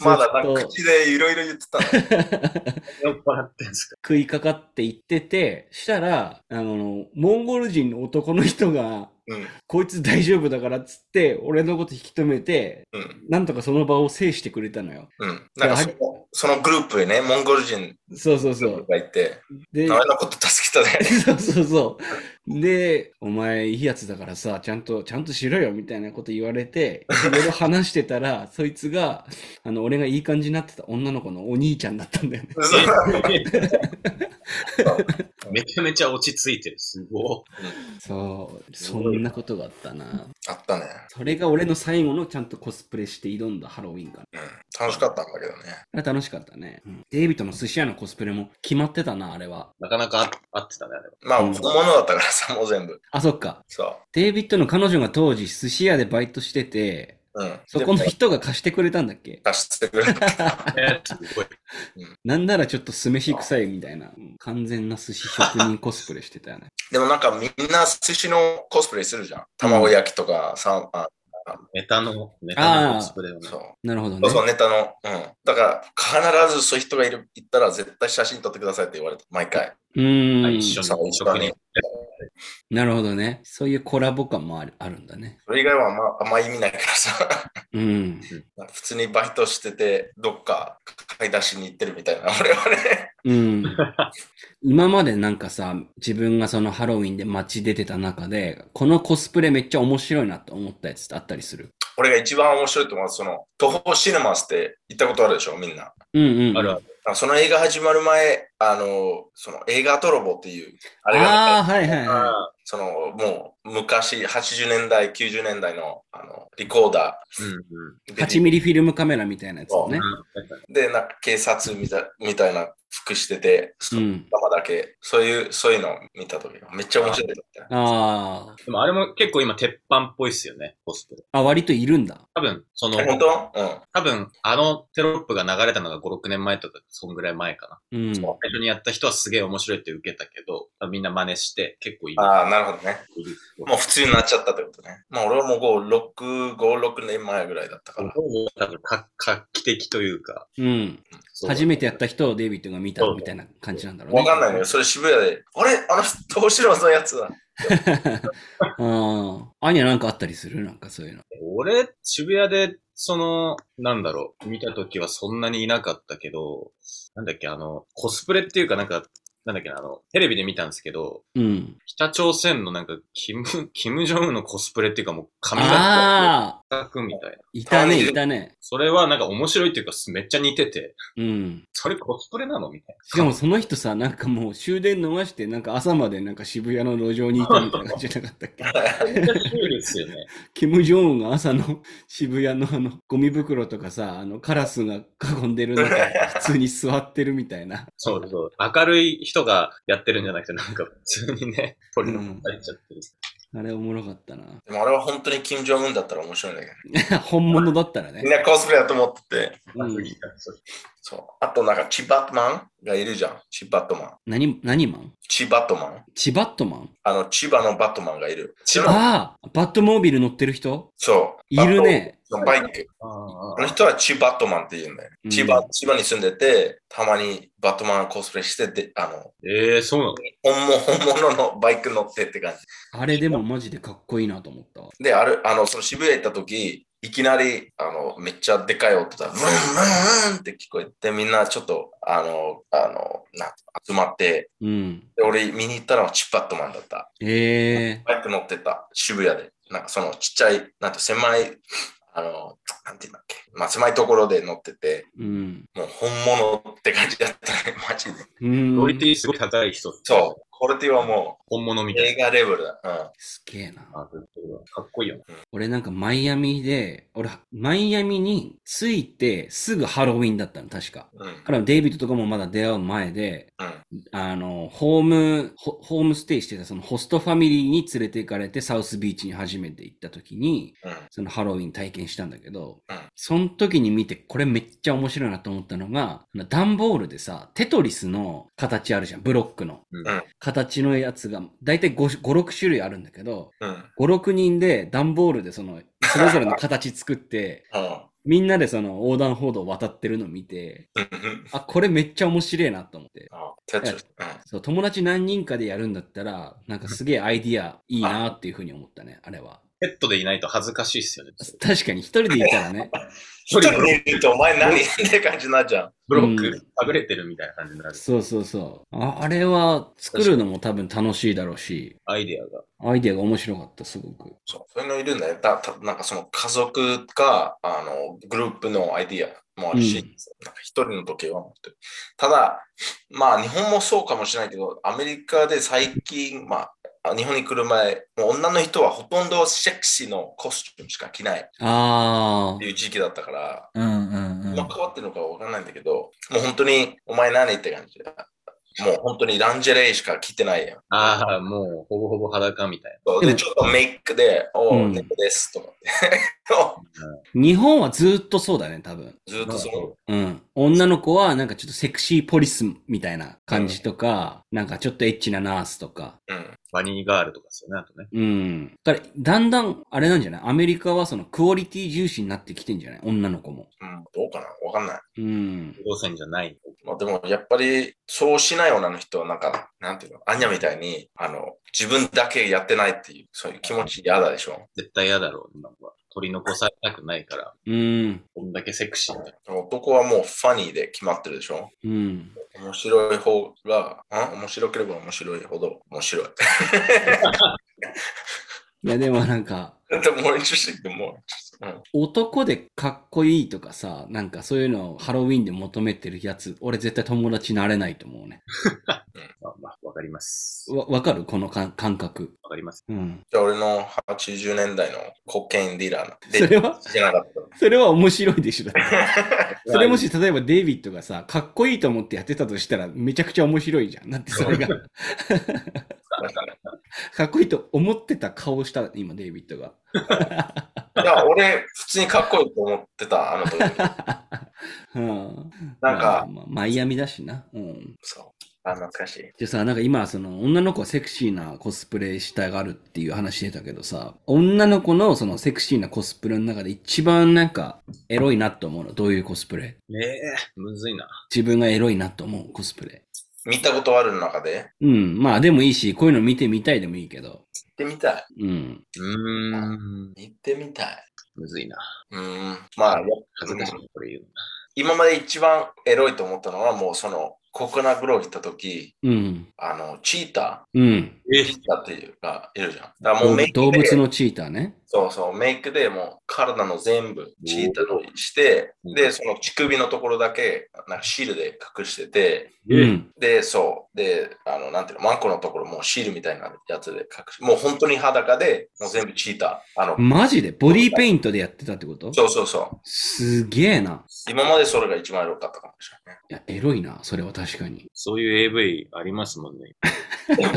Speaker 3: まだなんか口でいろいろ言ってたの。
Speaker 2: 酔っ払ってんです か
Speaker 1: 食いかかっていってて、したら、あの、モンゴル人の男の人が、
Speaker 3: うん。
Speaker 1: こいつ大丈夫だからっつって、俺のこと引き止めて、
Speaker 3: うん。
Speaker 1: なんとかその場を制してくれたのよ。
Speaker 3: うん。なんかそのそのグループでね、モンゴル人
Speaker 1: そうそう
Speaker 3: グ
Speaker 1: そ
Speaker 3: ループ
Speaker 1: う。
Speaker 3: がいて、
Speaker 1: で
Speaker 3: 名、前のこと助けたね。
Speaker 1: そうそうそう。で、お前いいやつだからさ、ちゃんと、ちゃんとしろよみたいなこと言われて、いろいろ話してたら、そいつが、あの、俺がいい感じになってた女の子のお兄ちゃんだったんだよね。
Speaker 2: めちゃめちゃ落ち着いてる。すご
Speaker 1: そう、そんなことがあったな。
Speaker 3: あったね。
Speaker 1: それが俺の最後のちゃんとコスプレして挑んだハロウィンか
Speaker 3: うん。楽しかったんだけどね。
Speaker 1: な。楽しかったね。うんデイビッドの寿司屋のコスプレも決まってたな、あれは。
Speaker 2: なかなか合ってたね、あれは。
Speaker 3: まあ、
Speaker 1: うん
Speaker 3: 本物だったからさ、 もう全部。
Speaker 1: あ、そっか。
Speaker 3: そ
Speaker 1: デイビッドの彼女が当時寿司屋でバイトしてて、
Speaker 3: う。うん。
Speaker 1: そこの
Speaker 3: でも
Speaker 1: 人が貸してくれたんだっけ
Speaker 3: 出して くれた。
Speaker 2: えすごい。
Speaker 1: なんならちょっと酢飯臭いみたいな、うん完全な寿司職人コスプレしてたよね。
Speaker 3: でもなんかみんな寿司のコスプレするじゃん。卵焼きとか、さあ
Speaker 2: ネタの、ネタのコスプレをね。
Speaker 3: そう。
Speaker 1: なるほど
Speaker 3: そう
Speaker 1: ね。
Speaker 3: そう、ネタの。うん。だから、必ずそういう人がいる、行ったら絶対写真撮ってくださいって言われた。毎回。
Speaker 1: うーん。
Speaker 2: 一緒
Speaker 3: そう
Speaker 2: に
Speaker 3: 一緒に
Speaker 2: に。
Speaker 1: なるほどね。そういうコラボ感もあるあるんだね。
Speaker 3: それ以外は、まあ、あんま意味ないからさ。
Speaker 1: うん。
Speaker 3: 普通にバイトしてて、どっか買い出しに行ってるみたいな、 俺はね。
Speaker 1: うん。今までなんかさ、自分がそのハロウィンで街出てた中で、このコスプレめっちゃ面白いなと思ったやつってあったりする。
Speaker 3: 俺が一番面白いと思うのは、その、徒歩シネマスって行ったことあるでしょ、みんな。
Speaker 1: うんうん。
Speaker 2: あるある。
Speaker 3: あその映画始まる前、あの、その映画泥棒っていう、あれが、
Speaker 1: あーはいはいは
Speaker 3: その、もう昔、80年代、90年代の、あの、リコーダ
Speaker 2: うんうん。
Speaker 1: い。
Speaker 3: ーで。
Speaker 1: 8ミリフィルムカメラみたいなやつだね。
Speaker 3: で、なんか警察みたみたいな服してて、そうの
Speaker 1: ん。
Speaker 3: ままだけ、そういう、そういうのを見たとき、めっちゃ面白いだった。
Speaker 1: あー
Speaker 2: でもあれも結構今鉄板っぽいっすよね、コスプレ。
Speaker 1: あ、割といるんだ。
Speaker 2: 多分、その、
Speaker 3: え本当うん。
Speaker 2: 多分、あのテロップが流れたのが5、6年前とか、そんぐらい前かな。
Speaker 1: うん。
Speaker 3: そ
Speaker 2: 最初にやった人はすげえ面白いって受けたけど、みんな真似して、結構いい。
Speaker 3: ああ、なるほどね。
Speaker 2: いる
Speaker 3: もう普通になっちゃったってことね。まあ俺はもう5、6、5、6年前ぐらいだったから。
Speaker 2: 多分か画期的というか、
Speaker 1: うん。
Speaker 2: そう
Speaker 1: 初めてやった人をデイビッドが見たみたいな感じなんだろうね。
Speaker 3: わかんない のよ。それ渋谷で、あれあの人、東城のやつだ。
Speaker 1: ああ。アニャなんかあったりするなんかそういうの。
Speaker 2: 俺、渋谷で、その、なんだろう、見た時はそんなにいなかったけど、なんだっけ、あの、コスプレっていうかなんか、なんだっけな、あの、テレビで見たんですけど、
Speaker 1: うん。
Speaker 2: 北朝鮮のなんか、キム、キム・ジョンウンのコスプレっていうかもう髪型
Speaker 1: ああ
Speaker 2: くみたいな。
Speaker 1: いたね、いたね。
Speaker 2: それはなんか面白いっていうか、めっちゃ似てて、
Speaker 1: うん。
Speaker 2: それコスプレなのみたいな。
Speaker 1: しかもその人さ、なんかもう終電逃して、なんか朝までなんか渋谷の路上にいたみたいな感じじゃなかったっけ
Speaker 2: めっちゃシュールです よね。
Speaker 1: キム・ジョンウンが朝の 渋谷のあの、ゴミ袋とかさ、あの、カラスが囲んでる中、普通に座ってるみたいな。
Speaker 2: そうそう。明るい人がやってるんじゃなくて、なんか普通にね、取り残されちゃってる。
Speaker 1: あれおもろかったな。
Speaker 3: でもあれは本当に金正恩だったら面白いんだけど。
Speaker 1: 本物だったら
Speaker 3: みん
Speaker 1: ね。
Speaker 3: なコスプレだと思ってて。
Speaker 1: うん
Speaker 3: そう。あとなんかチバットマンがいるじゃん。チバットマン。
Speaker 1: 何、何マン
Speaker 3: チバットマン。
Speaker 1: チバットマン
Speaker 3: あの、千葉のバットマンがいる。
Speaker 2: 千葉
Speaker 1: ああバットモービル乗ってる人
Speaker 3: そう。
Speaker 1: いるね。
Speaker 3: バットマンのバイク。
Speaker 2: あ
Speaker 3: あの人はチバットマンって言うんだよ。
Speaker 1: うん
Speaker 3: 千葉、千葉に住んでて、たまにバットマンコスプレしてて、あの、
Speaker 2: ええー、そうなの
Speaker 3: 本物本物のバイク乗ってって感じ。
Speaker 1: あれでもマジでかっこいいなと思ったわ。
Speaker 3: で、ある、あの、その渋谷行った時、いきなり、あの、めっちゃでかい音だ。ブンブンブンって聞こえて、みんなちょっと、あの、あの、な、集まって、
Speaker 1: うん。
Speaker 3: で俺見に行ったらチバットマンだった。
Speaker 1: ええ
Speaker 3: バイク乗ってた、渋谷で。なんかそのちっちゃい、なんと狭い、あの、なんていうんだっけ。まあ狭いところで乗ってて、
Speaker 1: うん。
Speaker 3: もう本物って感じだったね、マジで。
Speaker 1: うん。
Speaker 2: クオリティすごい高い人。
Speaker 3: そう、クオリティはも
Speaker 2: う。本物
Speaker 3: う
Speaker 2: みたい
Speaker 3: 映画レベルだ。
Speaker 1: すげえな。
Speaker 2: な。あかっこいいよね。
Speaker 1: 俺なんかマイアミで、俺、マイアミに着いてすぐハロウィンだったの、確か。
Speaker 3: うん。うん。
Speaker 1: だからデイビッドとかもまだ出会う前で、
Speaker 3: うん。
Speaker 1: あの、ホーム、ホホームステイしてたそのホストファミリーに連れて行かれてサウスビーチに初めて行った時に、
Speaker 3: うん。
Speaker 1: そのハロウィン体験したんだけど
Speaker 3: うん、
Speaker 1: その時に見て、これめっちゃ面白いなと思ったのが、あの段ボールでさ、テトリスの形あるじゃん、ブロックの。
Speaker 2: うん
Speaker 3: うん
Speaker 1: 形のやつが、だいたい5、6種類あるんだけど、
Speaker 3: うん。
Speaker 1: 5、6人で段ボールでその、それぞれの形作って、みんなでその横断歩道を渡ってるのを見て、
Speaker 3: うん。
Speaker 1: あ、これめっちゃ面白いなと思って。
Speaker 3: あ、テトリス。うん。
Speaker 1: そう、友達何人かでやるんだったら、なんかすげえアイディアいいなっていうふうに思ったね、あれは。
Speaker 2: ペットでいないと恥ずかしいっすよね。
Speaker 1: 確かに一人でいたらね、
Speaker 3: 一人でいるとお前何って感じになっちゃう。
Speaker 2: ブロック
Speaker 1: うん
Speaker 2: 隠れてるみたいな感じになる。
Speaker 1: そうそうそう。ああれは作るのも多分楽しいだろうし、
Speaker 2: アイデアが。
Speaker 1: アイデアが面白かった、すごく。
Speaker 3: そう、そういうのいるんだよ。だたなんかその家族か、あの、グループのアイディアもあるし、
Speaker 1: うん
Speaker 3: なんか一人の時計は持ってる。ただ、まあ日本もそうかもしれないけど、アメリカで最近、まあ、日本に来る前、もう女の人はほとんどセクシーのコスチュームしか着ないっ
Speaker 1: あ
Speaker 3: ていう時期だったから、
Speaker 4: うんうんうん。
Speaker 3: まあ、変わってるのかわからないんだけど、もう本当にお前何って感じで、もう本当にランジェレーしか着てないやん。
Speaker 2: ああ、もう、ほぼほぼ裸みたい
Speaker 3: そう
Speaker 1: で
Speaker 3: で、
Speaker 1: も
Speaker 3: ちょっとメイクで、おう、
Speaker 1: うん
Speaker 3: 猫ですとかって。
Speaker 1: あ。日本はずっとそうだね、多分。
Speaker 3: ずっとそ
Speaker 1: うん。女の子はなんかちょっとセクシーポリスみたいな感じとか、なんかちょっとエッチなナースとか。
Speaker 3: の、うん、
Speaker 2: バニーガールとかですよね、あとね。
Speaker 1: うん。だから、だんだん、あれなんじゃないアメリカはそのクオリティ重視になってきてんじゃない女の子も。
Speaker 3: うん、どうかなわかんない。
Speaker 1: うん。
Speaker 2: 路線じゃない。
Speaker 3: まあ、でもやっぱりそうしない女の人はなんか、なんていうの、アンニャみたいに、あの、自分だけやってないっていう、そういう気持ち嫌だでしょ。
Speaker 2: 絶対嫌だろう、今は。取り残されたくないから、
Speaker 1: うん。
Speaker 2: こんだけセクシーだ。
Speaker 3: 男はもうファニーで決まってるでしょ。
Speaker 1: うん。
Speaker 3: 面白い方が、ん面白ければ面白いほど面白い。
Speaker 1: いや、でもなんか、
Speaker 3: でも、もう一してもう、うん、
Speaker 1: 男でかっこいいとかさ、なんかそういうのをハロウィンで求めてるやつ、俺絶対友達になれないと思うね。
Speaker 2: まあまあ、わかります。
Speaker 1: わ、わかるこのかん感覚。
Speaker 2: わかります。
Speaker 1: うん。
Speaker 3: じゃあ俺の80年代のコケインディーラーの。
Speaker 1: それは、
Speaker 3: じゃなかった。
Speaker 1: それは面白いで しょ。だってそれも
Speaker 2: い
Speaker 1: し例えばデイビッドがさ、かっこいいと思ってやってたとしたらめちゃくちゃ面白いじゃん。だってそ れが、かっこいいと思ってた顔した、今デイビッドが。
Speaker 3: いや、俺、普通にかっこいいと思ってた、あ の時。
Speaker 1: うん。
Speaker 3: なん
Speaker 1: まあ
Speaker 3: か、
Speaker 1: まあマイアミだしな。うん。
Speaker 3: そう。あ、懐かしい。
Speaker 1: でさ、なんか今、その、女の子はセクシーなコスプレしたがるっていう話してたけどさ、女の子のそのセクシーなコスプレの中で一番なんか、エロいなと思うの。どういうコスプレ
Speaker 2: ねえ、むずいな。
Speaker 1: 自分がエロいなと思うコスプレ。
Speaker 3: 見たことある中で、
Speaker 1: うん。まあでもいいし、こういうの見てみたいでもいいけど。
Speaker 3: 行ってみたい。
Speaker 1: うん。
Speaker 2: うーん、
Speaker 3: 行ってみたい。
Speaker 2: むずいな。
Speaker 3: うーん。まあ、や
Speaker 2: 恥ずかしい、これ言う
Speaker 3: 今まで一番エロいと思ったのは、もうその、ココナグロー行った時、
Speaker 1: うん。
Speaker 3: あの、チータ
Speaker 1: うん。
Speaker 2: の。え
Speaker 3: ー、チーターっていうがいるじゃん。だからも
Speaker 1: 動
Speaker 3: うメイク
Speaker 1: 動
Speaker 3: で
Speaker 1: 物のチーターね。
Speaker 3: そうそう、メイクでもう体の全部チーターのして、
Speaker 2: おー
Speaker 3: で、その乳首のところだけ、なんかシールで隠してて、
Speaker 2: え
Speaker 1: うん。
Speaker 3: で、そう、で、あの、なんていうの、マンコのところもうシールみたいなやつで隠し、もう本当に裸で、もう全部チーター。あの、
Speaker 1: マジでボディーペイントでやってたってこと
Speaker 3: そうそうそう。
Speaker 1: すげえな。
Speaker 3: 今までそれが一番エロかったかもしれない
Speaker 1: いや、エロいな。それは確かに。
Speaker 2: そういう AV ありますもんね。
Speaker 3: ね。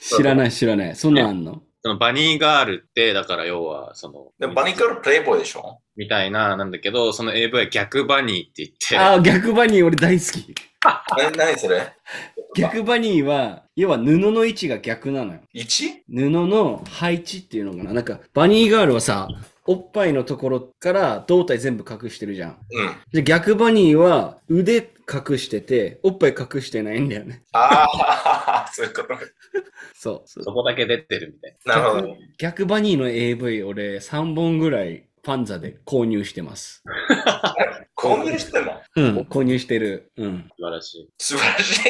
Speaker 1: 知らない知らない。そんなんあんの
Speaker 2: そのバニーガールって、だから要は、そ
Speaker 3: で
Speaker 2: の、
Speaker 3: もバニーガールプレイボーイでしょ
Speaker 2: みたいな、なんだけど、その AV は逆バニーって言って、
Speaker 1: ああ、逆バニー俺大好き。
Speaker 3: な何それ
Speaker 1: 逆バニーは、要は布の位置が逆なのよ。
Speaker 3: ?1?
Speaker 1: 布の配置っていうのかな。なんか、バニーガールはさ、おっぱいのところから胴体全部隠してるじゃん。
Speaker 3: うん。
Speaker 1: で、逆バニーは腕隠してて、おっぱい隠してないんだよね。
Speaker 3: ああ、そういうこと。
Speaker 1: そう。そう
Speaker 2: そこだけ出てるみたい
Speaker 3: なるほど。
Speaker 1: 逆逆バニーの AV 俺3本ぐらいパンザで購入してます。
Speaker 3: 購入してんの
Speaker 1: うん、購入してる。うん。
Speaker 2: な。素晴らしい。
Speaker 3: 素晴らしい。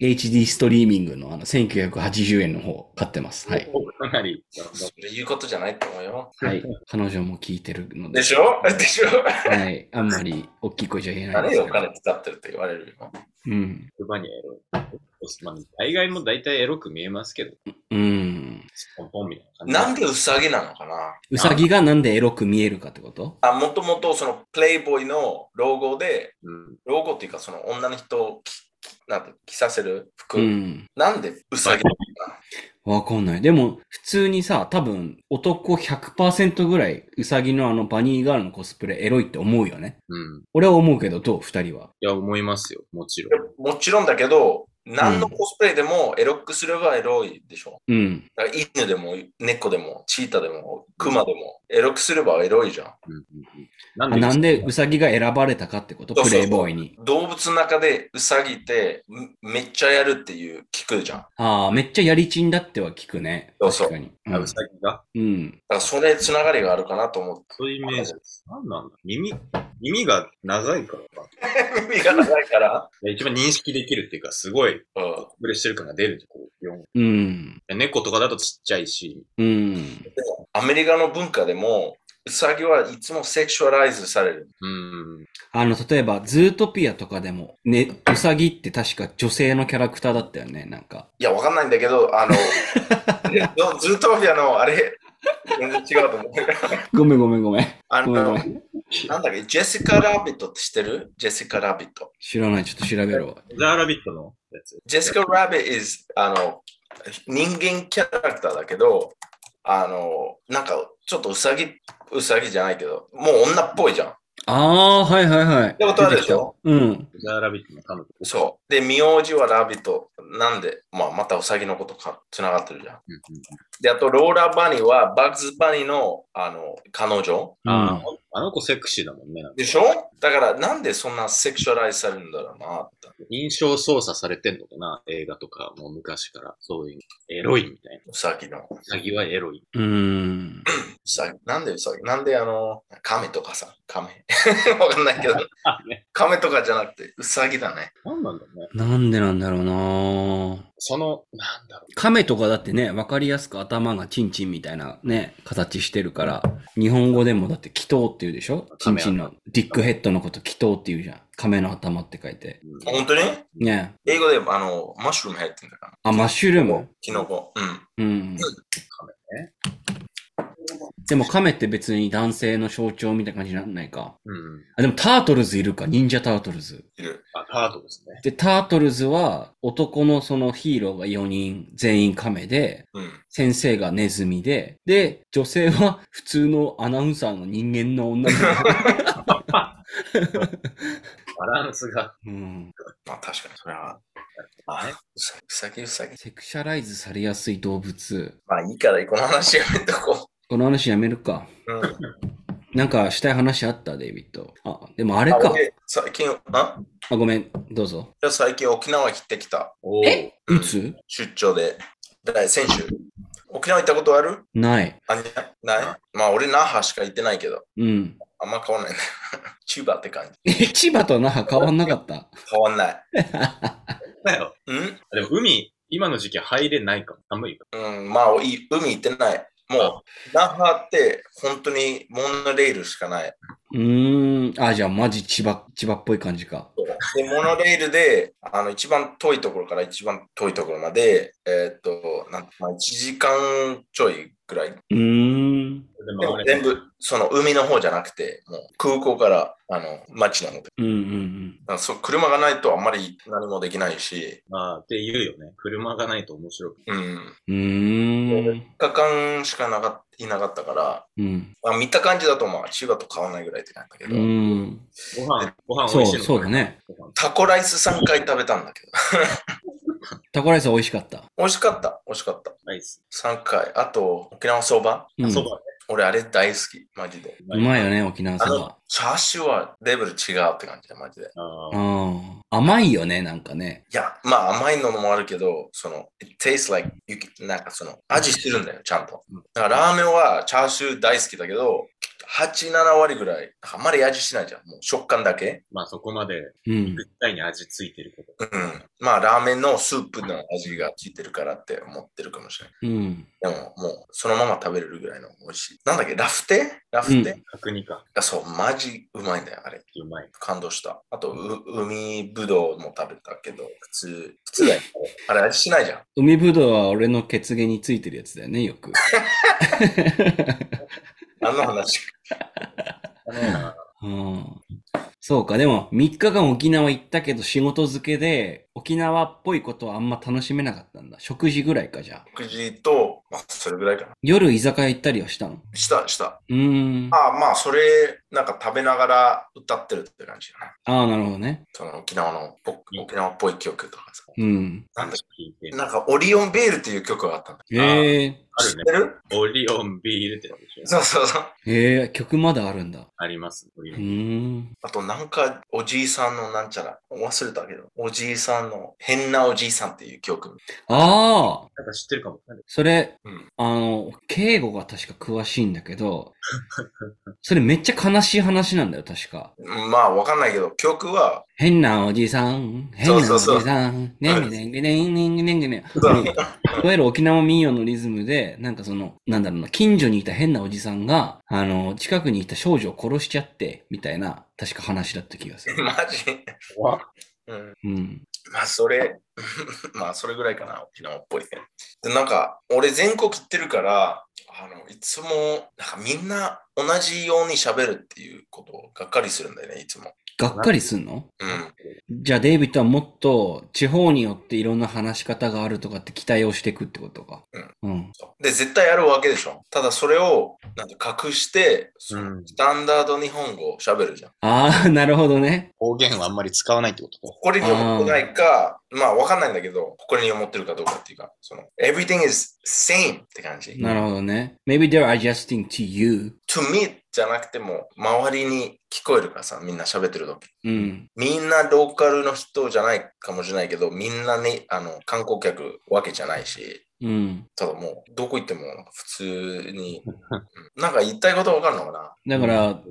Speaker 1: HD ストリーミングのあの1980円の方買ってます。はい。
Speaker 2: かなり、
Speaker 3: それ言うことじゃないと思うよ。
Speaker 1: はい。彼女も聞いてるので。
Speaker 3: でしょでしょ
Speaker 1: はい。あんまり大きい声じゃ言えない
Speaker 3: 何
Speaker 1: です
Speaker 3: を
Speaker 1: け
Speaker 3: お
Speaker 1: ど。
Speaker 3: 金使ってるって言われるよ。
Speaker 1: うん。
Speaker 2: 逆バニーエロい。まあ、大概も大体エロく見えますけど、
Speaker 1: うん。
Speaker 2: ポンポンみたいな感じ。
Speaker 3: なんでウサギなのかな
Speaker 1: うさぎがなんでエロく見えるかってこと
Speaker 3: あ、もともとそのプレイボーイのロゴで、
Speaker 2: うん、
Speaker 3: ロゴっていうかその女の人を着なんて着させる服。
Speaker 1: うん。
Speaker 3: なんでウサギなのか
Speaker 1: わかんない。でも、普通にさ、多分、男100%ぐらい、うさぎのあのバニーガールのコスプレエロいって思うよね。
Speaker 2: うん。
Speaker 1: 俺は思うけど、どう二人は。
Speaker 2: いや、思いますよ。もちろ
Speaker 3: なもちろんだけど、何のコスプレでもエロくすればエロいでしょ。
Speaker 1: うん。
Speaker 3: だから犬でも猫でもチータでもクマでもエロくすればエロいじゃん。
Speaker 2: な
Speaker 1: あなんでウサギが選ばれたかってこと
Speaker 3: そう
Speaker 1: プ
Speaker 3: そうそう
Speaker 1: レイボーイに。
Speaker 3: 動物の中でウサギってめめっちゃやるっていう聞くじゃん。だか
Speaker 1: ああ、めっちゃやりちんだっては聞くね。
Speaker 3: そうそ
Speaker 1: 確
Speaker 3: う
Speaker 1: かに。
Speaker 2: あウサギが
Speaker 1: うん。うん
Speaker 3: らそれつながりがあるかなと思って。
Speaker 2: そういうイメージです。なんなんだ耳、耳が長いからか。
Speaker 3: 耳が長いから。
Speaker 2: 一番認識できるっていうか、すごい、
Speaker 3: うん
Speaker 2: ブレしてる感が出るじゃんこうよん。
Speaker 1: うん。
Speaker 2: 猫とかだとちっちゃいし、
Speaker 1: うん。
Speaker 3: アメリカの文化でも、ウサギはいつもセクシュアライズされる。
Speaker 2: うん。
Speaker 1: あの、例えば、ズートピアとかでも、ね、ウサギって確か女性のキャラクターだったよね、なんか。
Speaker 3: いや、わかんないんだけど、 あの、ずずっとあの、あれ、全然違うと思う。
Speaker 1: ごめんごめんごめん。
Speaker 3: あ
Speaker 1: ごめんご
Speaker 3: の
Speaker 1: め、ん。
Speaker 3: なんだっけ、ジェシカ・ラビットって知ってるジェシカ・ラビット。
Speaker 1: 知らない、ちょっと調べるわ。
Speaker 2: ザーラビットのやつ。
Speaker 3: ジェシカ・ラビット is あの人間キャラクターだけど、あの、なんかちょっとウサギ、ウサギじゃないけど、もう女っぽいじゃん。
Speaker 1: ああー、はいはいはい。
Speaker 3: てことあるでしょ
Speaker 1: 出てきたうん。
Speaker 2: ザーラビットの彼女。
Speaker 3: そう。で、名字はラビット。なんで、まあ、またウサギのことか、つながってるじゃん。
Speaker 2: うんうん
Speaker 3: で、あと、ローラー・バニーは、バッグズ・バニーの、あの、彼女。
Speaker 2: あーあの子セクシーだもんね。なんか
Speaker 3: でしょだから、なんでそんなセクシュアライズされるんだろうなって。
Speaker 2: 印象操作されてんのかな映画とか、もう昔から。そういう、エロいみたいな。
Speaker 3: ウサギの。
Speaker 2: ウサギはエロい。
Speaker 1: うーん。
Speaker 3: ウサギ。なんでウサギなんで、あの、亀とかさ、亀。 わかんないけど、
Speaker 2: あ、ね。
Speaker 3: 亀とかじゃなくて、ウサギだね。
Speaker 2: なんなんだろうね。
Speaker 1: なんでなんだろうなぁ
Speaker 2: その、なんだろ
Speaker 1: 亀とかだってね、わかりやすく頭がチンチンみたいなね、形してるから、日本語でもだって祈祷って言うでしょチン
Speaker 2: 亀
Speaker 1: チンの、ディックヘッドのこと祈祷って言うじゃん。亀の頭って書いて。
Speaker 2: う。うん
Speaker 3: 本当に
Speaker 1: ね
Speaker 3: 英語で、あの、マッシュルーム入ってんだから。
Speaker 1: あ、マッシュルーム。
Speaker 3: キノコ。う
Speaker 1: う
Speaker 3: ん。
Speaker 1: ん。でも亀って別に男性の象徴みたいな感じになんないか。
Speaker 2: うん。
Speaker 1: あ、でもタートルズいるか、忍者タートルズ。
Speaker 3: いる。
Speaker 2: あ、タートですね。
Speaker 1: で、タートルズは男のそのヒーローが4人全員亀で、
Speaker 3: うん。
Speaker 1: 先生がネズミで、で、女性は普通のアナウンサーの人間の女の 子。
Speaker 2: バランスが。
Speaker 1: うん。
Speaker 3: まあ、確かに、それは。あ、ウサギ、ウサギ、ウサギ。
Speaker 1: セクシャライズされやすい動物。
Speaker 3: まあ、いいから、この話やめとこ
Speaker 1: この話やめるか。
Speaker 3: う。うん。
Speaker 1: なんかしたい話あった、デイビッド。あ、でもあれ
Speaker 3: あ
Speaker 1: か。
Speaker 3: 俺最近、あ
Speaker 1: あ、ごめん。どうぞ。
Speaker 3: いや最近沖縄来てきた。
Speaker 2: おえ
Speaker 3: うん
Speaker 1: いつ
Speaker 3: 出張で。だ先週。沖縄行ったことある
Speaker 1: ない。
Speaker 3: あないないまあ俺、那覇しか行ってないけど、
Speaker 1: うん。
Speaker 3: あんま変わんないね。 チューバって感じ。
Speaker 1: え、千葉と那覇変わんなかった。
Speaker 3: 変わんない。
Speaker 2: だよ。
Speaker 3: うん
Speaker 2: でも海、今の時期入れないかも。寒いか
Speaker 3: うん、まあおい海行ってない。もう、那覇って本当にモノレールしかない。
Speaker 1: うーん。あ、じゃあマジ千葉、千葉っぽい感じか。
Speaker 3: で、モノレールで、あの、一番遠いところから一番遠いところまで、えーっと、なんまあ、1時間ちょいぐらいう
Speaker 1: ーん。
Speaker 2: ら。で
Speaker 3: で
Speaker 2: も
Speaker 3: も全部、その海の方じゃなくて、もう空港からあの街なので、だか
Speaker 1: うんうんうん。
Speaker 3: らそう車がないとあんまり何もできないし、
Speaker 2: まあ、って言うよね。車がないと面白くない。
Speaker 3: うん、
Speaker 1: うーん。
Speaker 3: 3日間しかなかいなかったから、
Speaker 1: うん。
Speaker 3: まあ、見た感じだとまあ千葉と変わらないぐらいって感じだけ
Speaker 1: う
Speaker 3: ど、
Speaker 1: ん。
Speaker 2: ご飯、ご飯
Speaker 1: そ
Speaker 2: 美
Speaker 1: う、
Speaker 2: 味しいの
Speaker 1: そうだ。ね。
Speaker 2: ご飯
Speaker 3: タコライス3回食べたんだけど、
Speaker 1: タコライスは美味しかった。
Speaker 3: 美味しかった、美味しかった。
Speaker 2: ナイス。
Speaker 3: 3回。あと、沖縄そば。
Speaker 1: うん、
Speaker 2: そばね。
Speaker 3: 俺あれ大好き、マジで。
Speaker 1: うまいよね、沖縄そば。
Speaker 3: チャーシューはレベル違うって感じだ、マジで。
Speaker 2: あー
Speaker 1: うん。甘いよね、なんかね。
Speaker 3: いや、まあ甘いのもあるけど、その、it tastes like, you can- なんかその、味してるんだよ、ちゃんと
Speaker 2: うん。
Speaker 3: だからラーメンはチャーシュー大好きだけど、8、7割ぐらい、あんまり味しないじゃん。もう食感だけ。
Speaker 2: まあそこまで、
Speaker 1: うん。
Speaker 2: 絶対に味ついてること。
Speaker 3: うん。まあラーメンのスープの味がついてるからって思ってるかもしれ
Speaker 1: うん。
Speaker 3: ない。でも、もうそのまま食べれるぐらいの美味しい。なんだっけ、ラフテラフテ、
Speaker 1: う
Speaker 3: い
Speaker 2: 角煮か。
Speaker 3: やそう、マジうまいんだよ、あれ。
Speaker 2: うまい。
Speaker 3: 感動した。あと、う海ぶどうも食べたけど、普通、普通だよ。あれ味しないじゃん。
Speaker 1: 海ぶどうは俺の血毛についてるやつだよね、よく。
Speaker 3: 何の話
Speaker 1: うん。そうか、でも3日間沖縄行ったけど仕事漬けで沖縄っぽいことはあんま楽しめなかったんだ。食事ぐらいかじゃあ。
Speaker 3: 食事と、まあ、それぐらいかな。
Speaker 1: 夜居酒屋行ったりはしたの
Speaker 3: した、した。
Speaker 1: うーん。
Speaker 3: まあまあ、それなんか食べながら歌ってるって感じだな。
Speaker 1: ああ、なるほどね。
Speaker 3: その沖縄のポ沖縄っぽい曲とかさ。
Speaker 1: うん。
Speaker 3: なんだっ
Speaker 2: 聞いて
Speaker 3: けなんかオリオンベールっていう曲があったんだ。
Speaker 1: ええ
Speaker 2: あ
Speaker 3: 知
Speaker 2: るね
Speaker 3: って。る
Speaker 2: オリオンビールってのでしょ
Speaker 3: そうそうそう。
Speaker 1: ええ曲まだあるんだ。
Speaker 2: あります。オリ
Speaker 1: う
Speaker 2: オン
Speaker 1: ーん。
Speaker 3: あとなんかおじいさんのなんちゃら、忘れたけど、おじいさんの変なおじいさんっていう曲。
Speaker 1: ああ
Speaker 2: なんか知ってるかも。なんで
Speaker 1: それ、
Speaker 3: うん
Speaker 1: あの、敬語が確か詳しいんだけど、それめっちゃ悲しい話なんだよ、確か。
Speaker 3: まあわかんないけど、曲は、
Speaker 1: 変なおじさん、変な
Speaker 3: そ
Speaker 1: お
Speaker 3: う
Speaker 1: じ
Speaker 3: そうそう
Speaker 1: さん、ねんげねんげねんげねんげねんげねん。
Speaker 3: そう
Speaker 1: いわゆる沖縄民謡のリズムで、なんかその、なんだろうな、近所にいた変なおじさんが、あの、近くにいた少女を殺しちゃって、みたいな、確か話だった気がする。
Speaker 3: マジ、うん、
Speaker 1: うん。
Speaker 3: まあ それ、まあそれぐらいかな、沖縄っぽいね。で、なんか俺全国行ってるから、あの、いつも、なんかみんな同じように喋るっていうことをがっかりするんだよね、いつも。
Speaker 1: がっかりすんの
Speaker 3: うん。
Speaker 1: じゃあデイビッドはもっと地方によっていろんな話し方があるとかって期待をしていくってことか。うん。
Speaker 3: そうで、絶対やるわけでしょ。ただそれを、なんか隠して、その
Speaker 2: うん
Speaker 3: スタンダード日本語を喋るじゃん。
Speaker 1: ああ、 なるほどね。
Speaker 2: 方言はあんまり使わないってことか。
Speaker 3: 誇りに思ってないか、まあわかんないんだけど、誇りに思ってるかどうかっていうか、その、everything is same って感じ。
Speaker 1: なるほどね。Maybe they're adjusting to you.
Speaker 3: to me じゃなくても、周りに聞こえるからさ、みんな喋ってる時。
Speaker 1: うん。
Speaker 3: みんなローカルの人じゃないかもしれないけど、みんなね、あの、観光客わけじゃないし、
Speaker 1: うん。
Speaker 3: ただもう、どこ行ってもなんか普通 に、うんなんか言いたいことわかるのかな
Speaker 1: だから、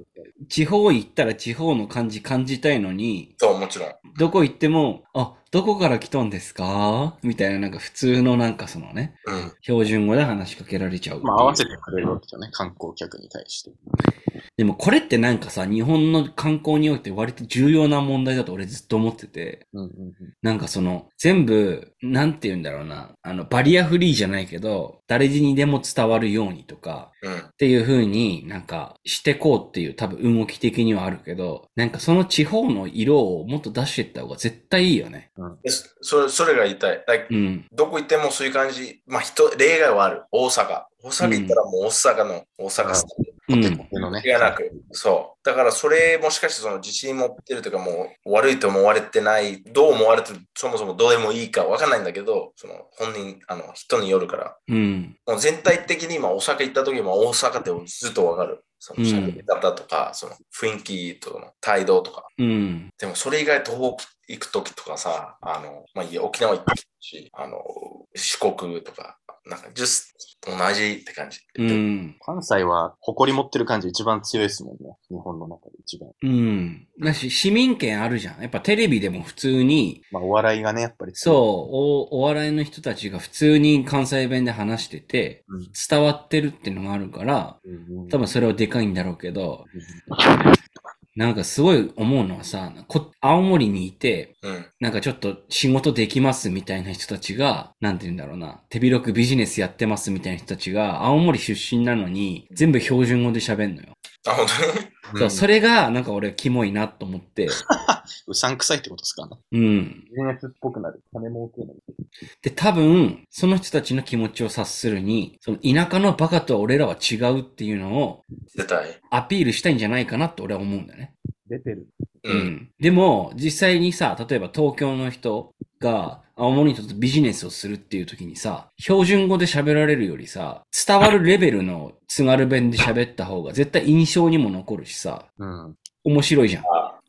Speaker 1: 地方行ったら地方の感じ感じたいのに、
Speaker 3: そう、もちろん。
Speaker 1: どこ行っても、あ、どこから来たんですかみたいな、なんか普通のなんかそのね、
Speaker 3: うん。
Speaker 1: 標準語で話しかけられちゃうっていう。
Speaker 2: まあ合わせてくれるわけだよね、観光客に対して。
Speaker 1: でもこれってなんかさ、日本の観光において割と重要な問題だと俺ずっと思ってて。
Speaker 2: うんうん
Speaker 1: なんかその、全部、なんて言うんだろうな、あの、バリアフリーじゃないけど、誰にでも伝わるようにとか、
Speaker 3: うん。
Speaker 1: っていう風になんかしてこうっていう多分動き的にはあるけど、なんかその地方の色をもっと出していった方が絶対いいよね。
Speaker 3: でそれ、それが言いたい。Like
Speaker 1: うん。
Speaker 3: どこ行ってもそういう感じ。まあ人、例外はある。大阪。大阪行ったらもう大阪の、大阪スタイル。
Speaker 1: うん。
Speaker 2: うん。のね。
Speaker 3: 間違いなく。そう。だからそれもしかしてその自信持ってるというかもう悪いと思われてない、どう思われてる、そもそもどうでもいいかわかんないんだけど、その本人、あの人によるから。
Speaker 1: うん。
Speaker 3: もう全体的に今大阪行った時も大阪ってずっとわかる。その喋り方とか、その雰囲気との態度とか。
Speaker 1: うん。
Speaker 3: でもそれ以外東北行く時とかさ、あの、まあ、いや沖縄行ったし、あの、四国とか、なんか、just 同じって感じ。
Speaker 1: うん。
Speaker 2: 関西は誇り持ってる感じ一番強いですもんね。日本の中で一番。
Speaker 1: うん。だし、市民権あるじゃん。やっぱテレビでも普通に、
Speaker 2: まあお笑いがね、やっぱり
Speaker 1: そう、
Speaker 2: 強い。
Speaker 1: お、お笑いの人たちが普通に関西弁で話してて、
Speaker 2: うん
Speaker 1: 伝わってるってのがあるから、
Speaker 2: うんうん。
Speaker 1: 多分それはでかいんだろうけど、なんかすごい思うのはさ、こ青森にいて、
Speaker 3: うん。
Speaker 1: なんかちょっと仕事できますみたいな人たちが、なんて言うんだろうな、手広くビジネスやってますみたいな人たちが、青森出身なのに、全部標準語で喋んのよ。
Speaker 3: あ、本当に
Speaker 2: うん
Speaker 1: そうそれが、なんか俺、キモいなと思 って、
Speaker 2: うさんくさいってことですかね。
Speaker 1: うん。
Speaker 2: ビジネスっぽくなる。金儲けない。
Speaker 1: で、多分、その人たちの気持ちを察するに、その田舎のバカとは俺らは違うっていうのを
Speaker 3: 出たい。
Speaker 1: アピールしたいんじゃないかなって俺は思うんだよね。
Speaker 2: 出てる。
Speaker 3: う。
Speaker 1: うんんでも、実際にさ、例えば東京の人が青森にとってビジネスをするっていう時にさ、標準語で喋られるよりさ、伝わるレベルの津軽弁で喋った方が絶対印象にも残るしさ、
Speaker 2: うん。うん
Speaker 1: 面白いじゃん。
Speaker 2: 確か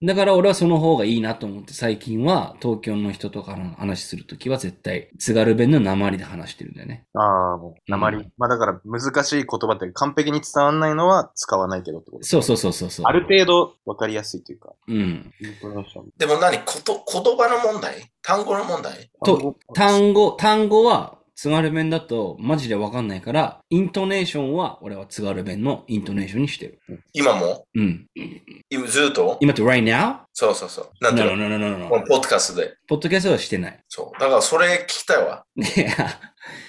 Speaker 2: に。
Speaker 1: だから俺はその方がいいなと思って最近は東京の人とかの話するときは絶対津軽弁の鉛で話してるんだよね。
Speaker 2: ああ、もう、鉛。
Speaker 1: うん
Speaker 2: まあだから難しい言葉って完璧に伝わんないのは使わないけどってことです
Speaker 1: そうそうそうそうそう。
Speaker 2: ある程度わかりやすいというか。
Speaker 1: うん。
Speaker 2: イントネーション
Speaker 3: でも何こと言葉の問題単語の問題
Speaker 1: と、単語、単語は津軽弁だとマジでわかんないから、イントネーションは俺は津軽弁のイントネーションにしてる。
Speaker 3: 今も
Speaker 1: うん。
Speaker 3: 今ずっと
Speaker 1: 今って right now?
Speaker 3: そうそうそう。なんて
Speaker 1: な
Speaker 3: い
Speaker 1: る
Speaker 3: うの
Speaker 1: なるなるな
Speaker 3: この
Speaker 1: る。
Speaker 3: ポッドキャストで。
Speaker 1: ポッドキャストはしてない。
Speaker 3: そう。だからそれ聞きたいわ。
Speaker 1: いや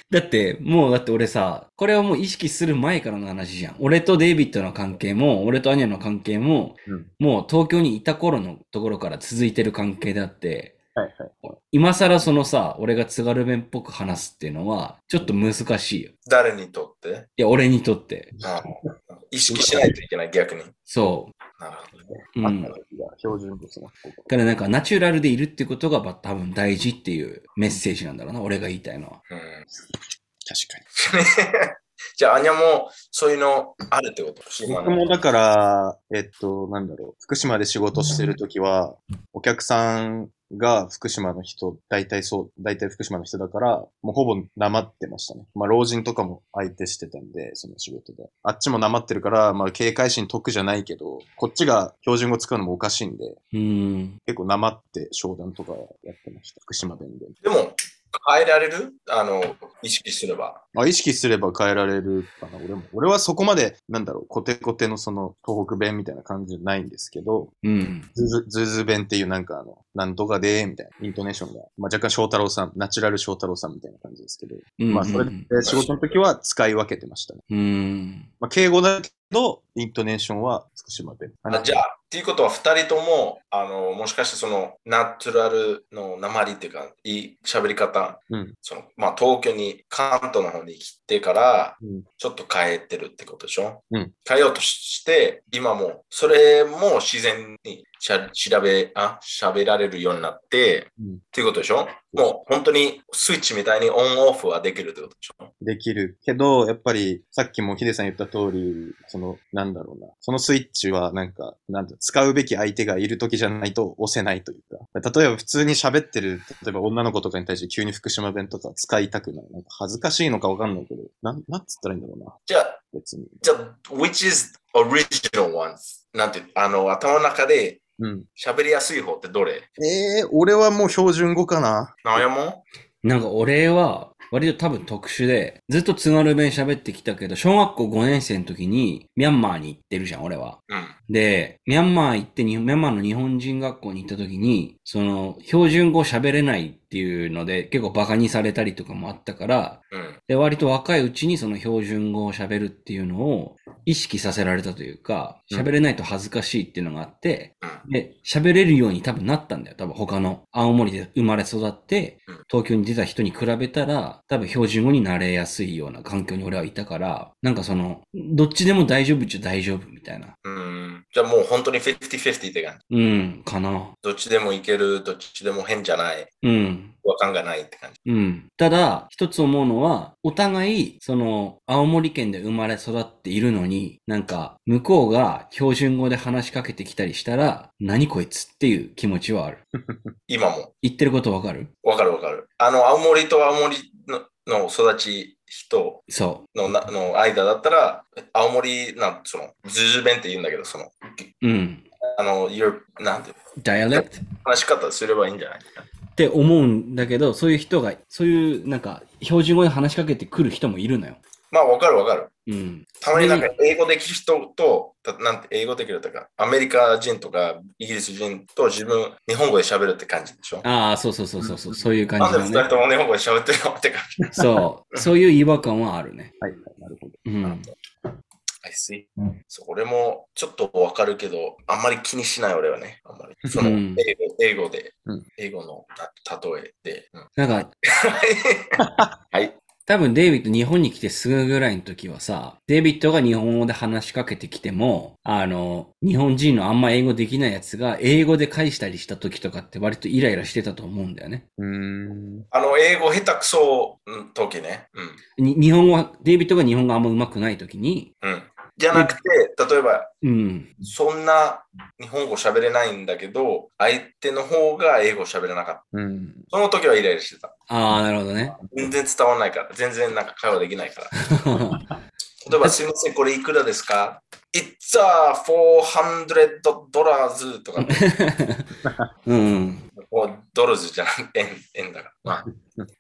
Speaker 1: だって、もうだって俺さ、これはもう意識する前からの話じゃん。俺とデイビッドの関係も、俺とアニャの関係も、
Speaker 2: うん
Speaker 1: もう東京にいた頃のところから続いてる関係であって、
Speaker 2: はいはい。
Speaker 1: 今更そのさ、俺が津軽弁っぽく話すっていうのは、ちょっと難しいよ。
Speaker 3: 誰にとって
Speaker 1: いや、俺にとって。
Speaker 3: あ意識しないといけない、逆に。
Speaker 1: そ
Speaker 3: なるほど
Speaker 1: う。う
Speaker 3: ね。
Speaker 1: ん。
Speaker 2: 標準ですね。
Speaker 1: ただなんかナチュラルでいるってことがば多分大事っていうメッセージなんだろうな、俺が言いたいのは。
Speaker 3: うん、
Speaker 2: 確かに。
Speaker 3: じゃあ、アニャもそういうのあるってこと今
Speaker 2: 僕
Speaker 3: の
Speaker 2: もだから、えっと、なんだろう、福島で仕事してるときは、お客さんが福島の人、大体そう、大体福島の人だから、もうほぼなまってましたね。まあ、老人とかも相手してたんで、その仕事で。あっちもなまってるから、まあ、警戒心得じゃないけど、こっちが標準語使うのもおかしいんで、
Speaker 1: うん。
Speaker 2: 結構なまって商談とかやってました。福島弁で。
Speaker 3: でも、変えられるあの、意識すれば。
Speaker 2: まあ、意識すれば変えられるかな、俺も。俺はそこまで、なんだろう、コテコテのその、東北弁みたいな感じじゃないんですけど、
Speaker 1: うん。
Speaker 2: ズズズズ弁っていうなんかあの、なんとかでーみたいな、イントネーションが、まあ、若干翔太郎さん、ナチュラル翔太郎さんみたいな感じですけど、
Speaker 1: うん
Speaker 2: まあそれで仕事の時は使い分けてましたね。
Speaker 1: うん。
Speaker 2: まあ、敬語だけど、イントネーションは福島弁。
Speaker 3: あじゃあ、っていうことは2人とも、あの、もしかしてその、ナチュラルの鉛っていうか、いい喋り方、
Speaker 2: うん
Speaker 3: その、まあ、東京に、関東の方に来てから、
Speaker 2: うん
Speaker 3: ちょっと変えてるってことでしょ、
Speaker 2: うん
Speaker 3: 変えようとして、今も、それも自然にしゃ調べ、あ、喋られるようになって、
Speaker 2: うん
Speaker 3: っていうことでしょもう、本当にスイッチみたいにオンオフはできるってことでしょ
Speaker 2: できるけど、やっぱり、さっきもヒデさん言った通り、その、なんだろうな。そのスイッチは、なんか、なんだ、使うべき相手がいる時じゃないと押せないというか。例えば、普通に喋ってる、例えば女の子とかに対して急に福島弁とか使いたくない。なんか、恥ずかしいのかわかんないけど、なん、なんつったらいいんだろうな。
Speaker 3: じゃあ、
Speaker 2: 別に。
Speaker 3: じゃあ、which is original ones? なんて、あの、頭の中で
Speaker 2: うん。
Speaker 3: 喋りやすい方ってどれ
Speaker 2: ええー、俺はもう標準語かな。
Speaker 3: なやも
Speaker 1: なんか俺は、割と多分特殊で、ずっと津軽弁喋ってきたけど、小学校5年生の時に、ミャンマーに行ってるじゃん、俺は。
Speaker 3: うん。
Speaker 1: で、ミャンマー行ってに、ミャンマーの日本人学校に行った時に、その、標準語喋れないっていうので、結構バカにされたりとかもあったから、
Speaker 3: うん。
Speaker 1: で、割と若いうちにその標準語を喋るっていうのを意識させられたというか、
Speaker 2: うん
Speaker 1: 喋れないと恥ずかしいっていうのがあって、
Speaker 3: う
Speaker 1: で、喋れるように多分なったんだよ。多分他の青森で生まれ育って
Speaker 3: うん、
Speaker 1: 東京に出た人に比べたら、多分標準語に慣れやすいような環境に俺はいたから、なんかその、どっちでも大丈夫っちゃ大丈夫みたいな。
Speaker 3: うん。じゃあもう本当に50-50って感じ。
Speaker 1: うん、かな。
Speaker 3: どっちでもいける、どっちでも変じゃない、
Speaker 1: うん。
Speaker 3: わかんがないって感じ。
Speaker 1: うん。ただ、一つ思うのは、お互い、その、青森県で生まれ育っているのに、なんか、向こうが標準語で話しかけてきたりしたら、何こいつっていう気持ちはある。
Speaker 3: 今も。
Speaker 1: 言ってることわかる
Speaker 3: わかるわかる。あの、青森と青森のの育ち人
Speaker 1: そ
Speaker 3: のなの間だったら、青森な、その、ズズ弁って言うんだけど、その、
Speaker 1: う。うん。
Speaker 3: あの、your- なんていうの
Speaker 1: ダイアレクト
Speaker 3: 話し方すればいいんじゃない
Speaker 1: って思うんだけど、そういう人が、そういう、なんか、標準語で話しかけてくる人もいるのよ。
Speaker 3: まあ、わかるわかる。
Speaker 1: うん。
Speaker 3: たまになんか英語できる人と、たなんて英語できるとか、アメリカ人とかイギリス人と自分、日本語で喋るって感じでしょ
Speaker 1: ああ、そうそうそうそうそう、そういう感
Speaker 3: なんで二
Speaker 1: じだ
Speaker 3: 人
Speaker 1: ね。
Speaker 3: とも日本語で喋ってるのって感じ。
Speaker 1: そう。そういう違和感はあるね。
Speaker 2: はい、はい、なるほど。
Speaker 1: うん。
Speaker 3: I see.
Speaker 2: うん
Speaker 3: そう俺もちょっとわかるけど、あんまり気にしない俺はね。あん まり。その
Speaker 1: うん
Speaker 3: 英語英語で
Speaker 2: うん、
Speaker 3: 英語のた例えで。うん
Speaker 1: なんか、
Speaker 3: はい。
Speaker 1: 多分デイビッド日本に来てすぐぐらいの時はさ、デイビッドが日本語で話しかけてきても、あの、日本人のあんま英語できないやつが英語で返したりした時とかって割とイライラしてたと思うんだよね。
Speaker 2: うーん。
Speaker 3: あの、英語下手くその時ね。うん。
Speaker 1: に日本語は、デイビッドが日本語あんま上手くない時に、
Speaker 3: うん。じゃなくて、例えば、
Speaker 1: うん、
Speaker 3: そんな日本語喋れないんだけど、相手の方が英語喋れなかった。
Speaker 2: うん。
Speaker 3: その時はイライラしてた。
Speaker 1: ああ、なるほどね。
Speaker 3: 全然伝わらないから、全然なんか会話できないから。例えば、すみません、これいくらですか ?It's a 400ドラーズとか、
Speaker 1: うん、
Speaker 3: もうドルズじゃなくて、円円だから。まあ、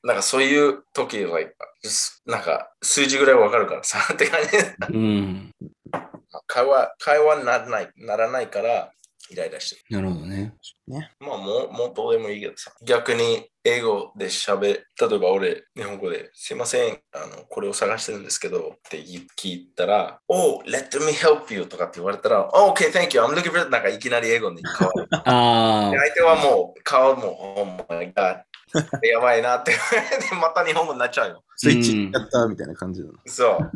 Speaker 3: なんかそういう時は、すなんか数字ぐらいわかるからさ、って感じ。
Speaker 1: うん、
Speaker 3: まあ会話、会話にならない、ならないから、イライラしてる。
Speaker 1: なるほどね。
Speaker 3: まあもう、もうどうでもいいけどさ。逆に英語で喋、例えば俺、日本語で、すいません、あの、これを探してるんですけど、って言い聞いたら、Oh, let me help you とかって言われたら、Oh, okay, thank you, I'm looking for なんかいきなり英語に変わる。で
Speaker 1: ああ、
Speaker 3: 相手はもう、顔も、Oh my god, やばいなって、でまた日本語になっちゃうよ。
Speaker 2: スイッチやったみたいな感じだな。
Speaker 3: そう。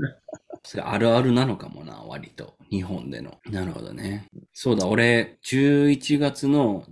Speaker 1: それあるあるなのかもな、割と。日本での。なるほどね。そうだ、俺、11月の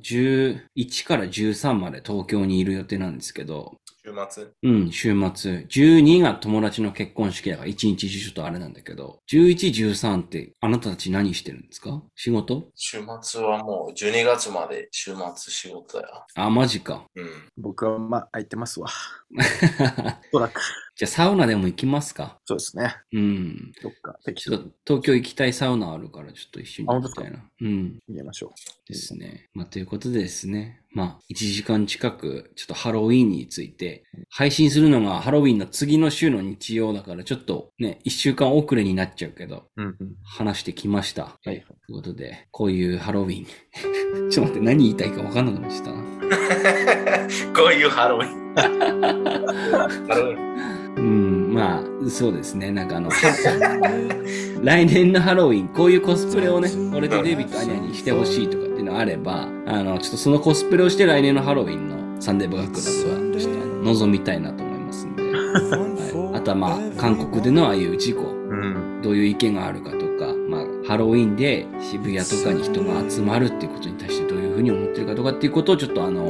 Speaker 1: 11から13まで東京にいる予定なんですけど、
Speaker 3: 週末。
Speaker 1: うん、週末。12が友達の結婚式だから、1日中ちょっとあれなんだけど、11、13ってあなたたち何してるんですか仕事
Speaker 3: 週末はもう12月まで週末仕事だよ。
Speaker 1: あ、マジか。
Speaker 3: うん。
Speaker 2: 僕はまあ、空いてますわ。
Speaker 1: じゃ
Speaker 2: トラック。
Speaker 1: あサウナでも行きますか
Speaker 2: そうですね。
Speaker 1: うん。
Speaker 2: どっか適
Speaker 1: ちょ
Speaker 2: 当
Speaker 1: っ
Speaker 2: に
Speaker 1: と東京行きたいサウナあるから、ちょっと一緒に行きたいな。うん。
Speaker 2: 見えましょう。
Speaker 1: ですね。まあ、ということでですね。まあ、1時間近く、ちょっとハロウィンについて、配信するのがハロウィンの次の週の日曜だから、ちょっとね、1週間遅れになっちゃうけど、
Speaker 2: うんうん。
Speaker 1: 話してきました。
Speaker 2: はいはい
Speaker 1: ということで、こういうハロウィン。 ちょっと待って、何言いたいか分かんなくなっちゃったな。
Speaker 3: こういうハロウィン。ハロウィン。
Speaker 1: うん、まあ、そうですね。なんかあ の、来年のハロウィン、こういうコスプレをね、俺とデイビッド・アニャにしてほしいとかっていうのあれば、あの、ちょっとそのコスプレをして来年のハロウィンのサンデーバークラブは、ちょっとあの望みたいなと思いますんで、はい、あとはまあ、韓国でのああいう事故、
Speaker 2: うん。
Speaker 1: どういう意見があるかとか、まあ、ハロウィンで渋谷とかに人が集まるっていうことに対してどういうふうに思ってるかとかっていうことをちょっとあの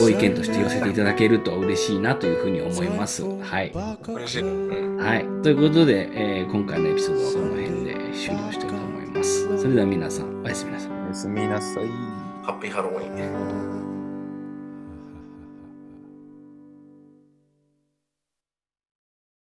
Speaker 1: ご意見として寄せていただけると嬉しいなというふうに思います。はい。
Speaker 3: 嬉しい。うん。
Speaker 1: はい。ということで、えー今回のエピソードはこの辺で終了したいと思います。それでは皆さん、おやすみなさい。
Speaker 2: おやすみなさい。
Speaker 3: ハッピーハロウィン。
Speaker 4: 「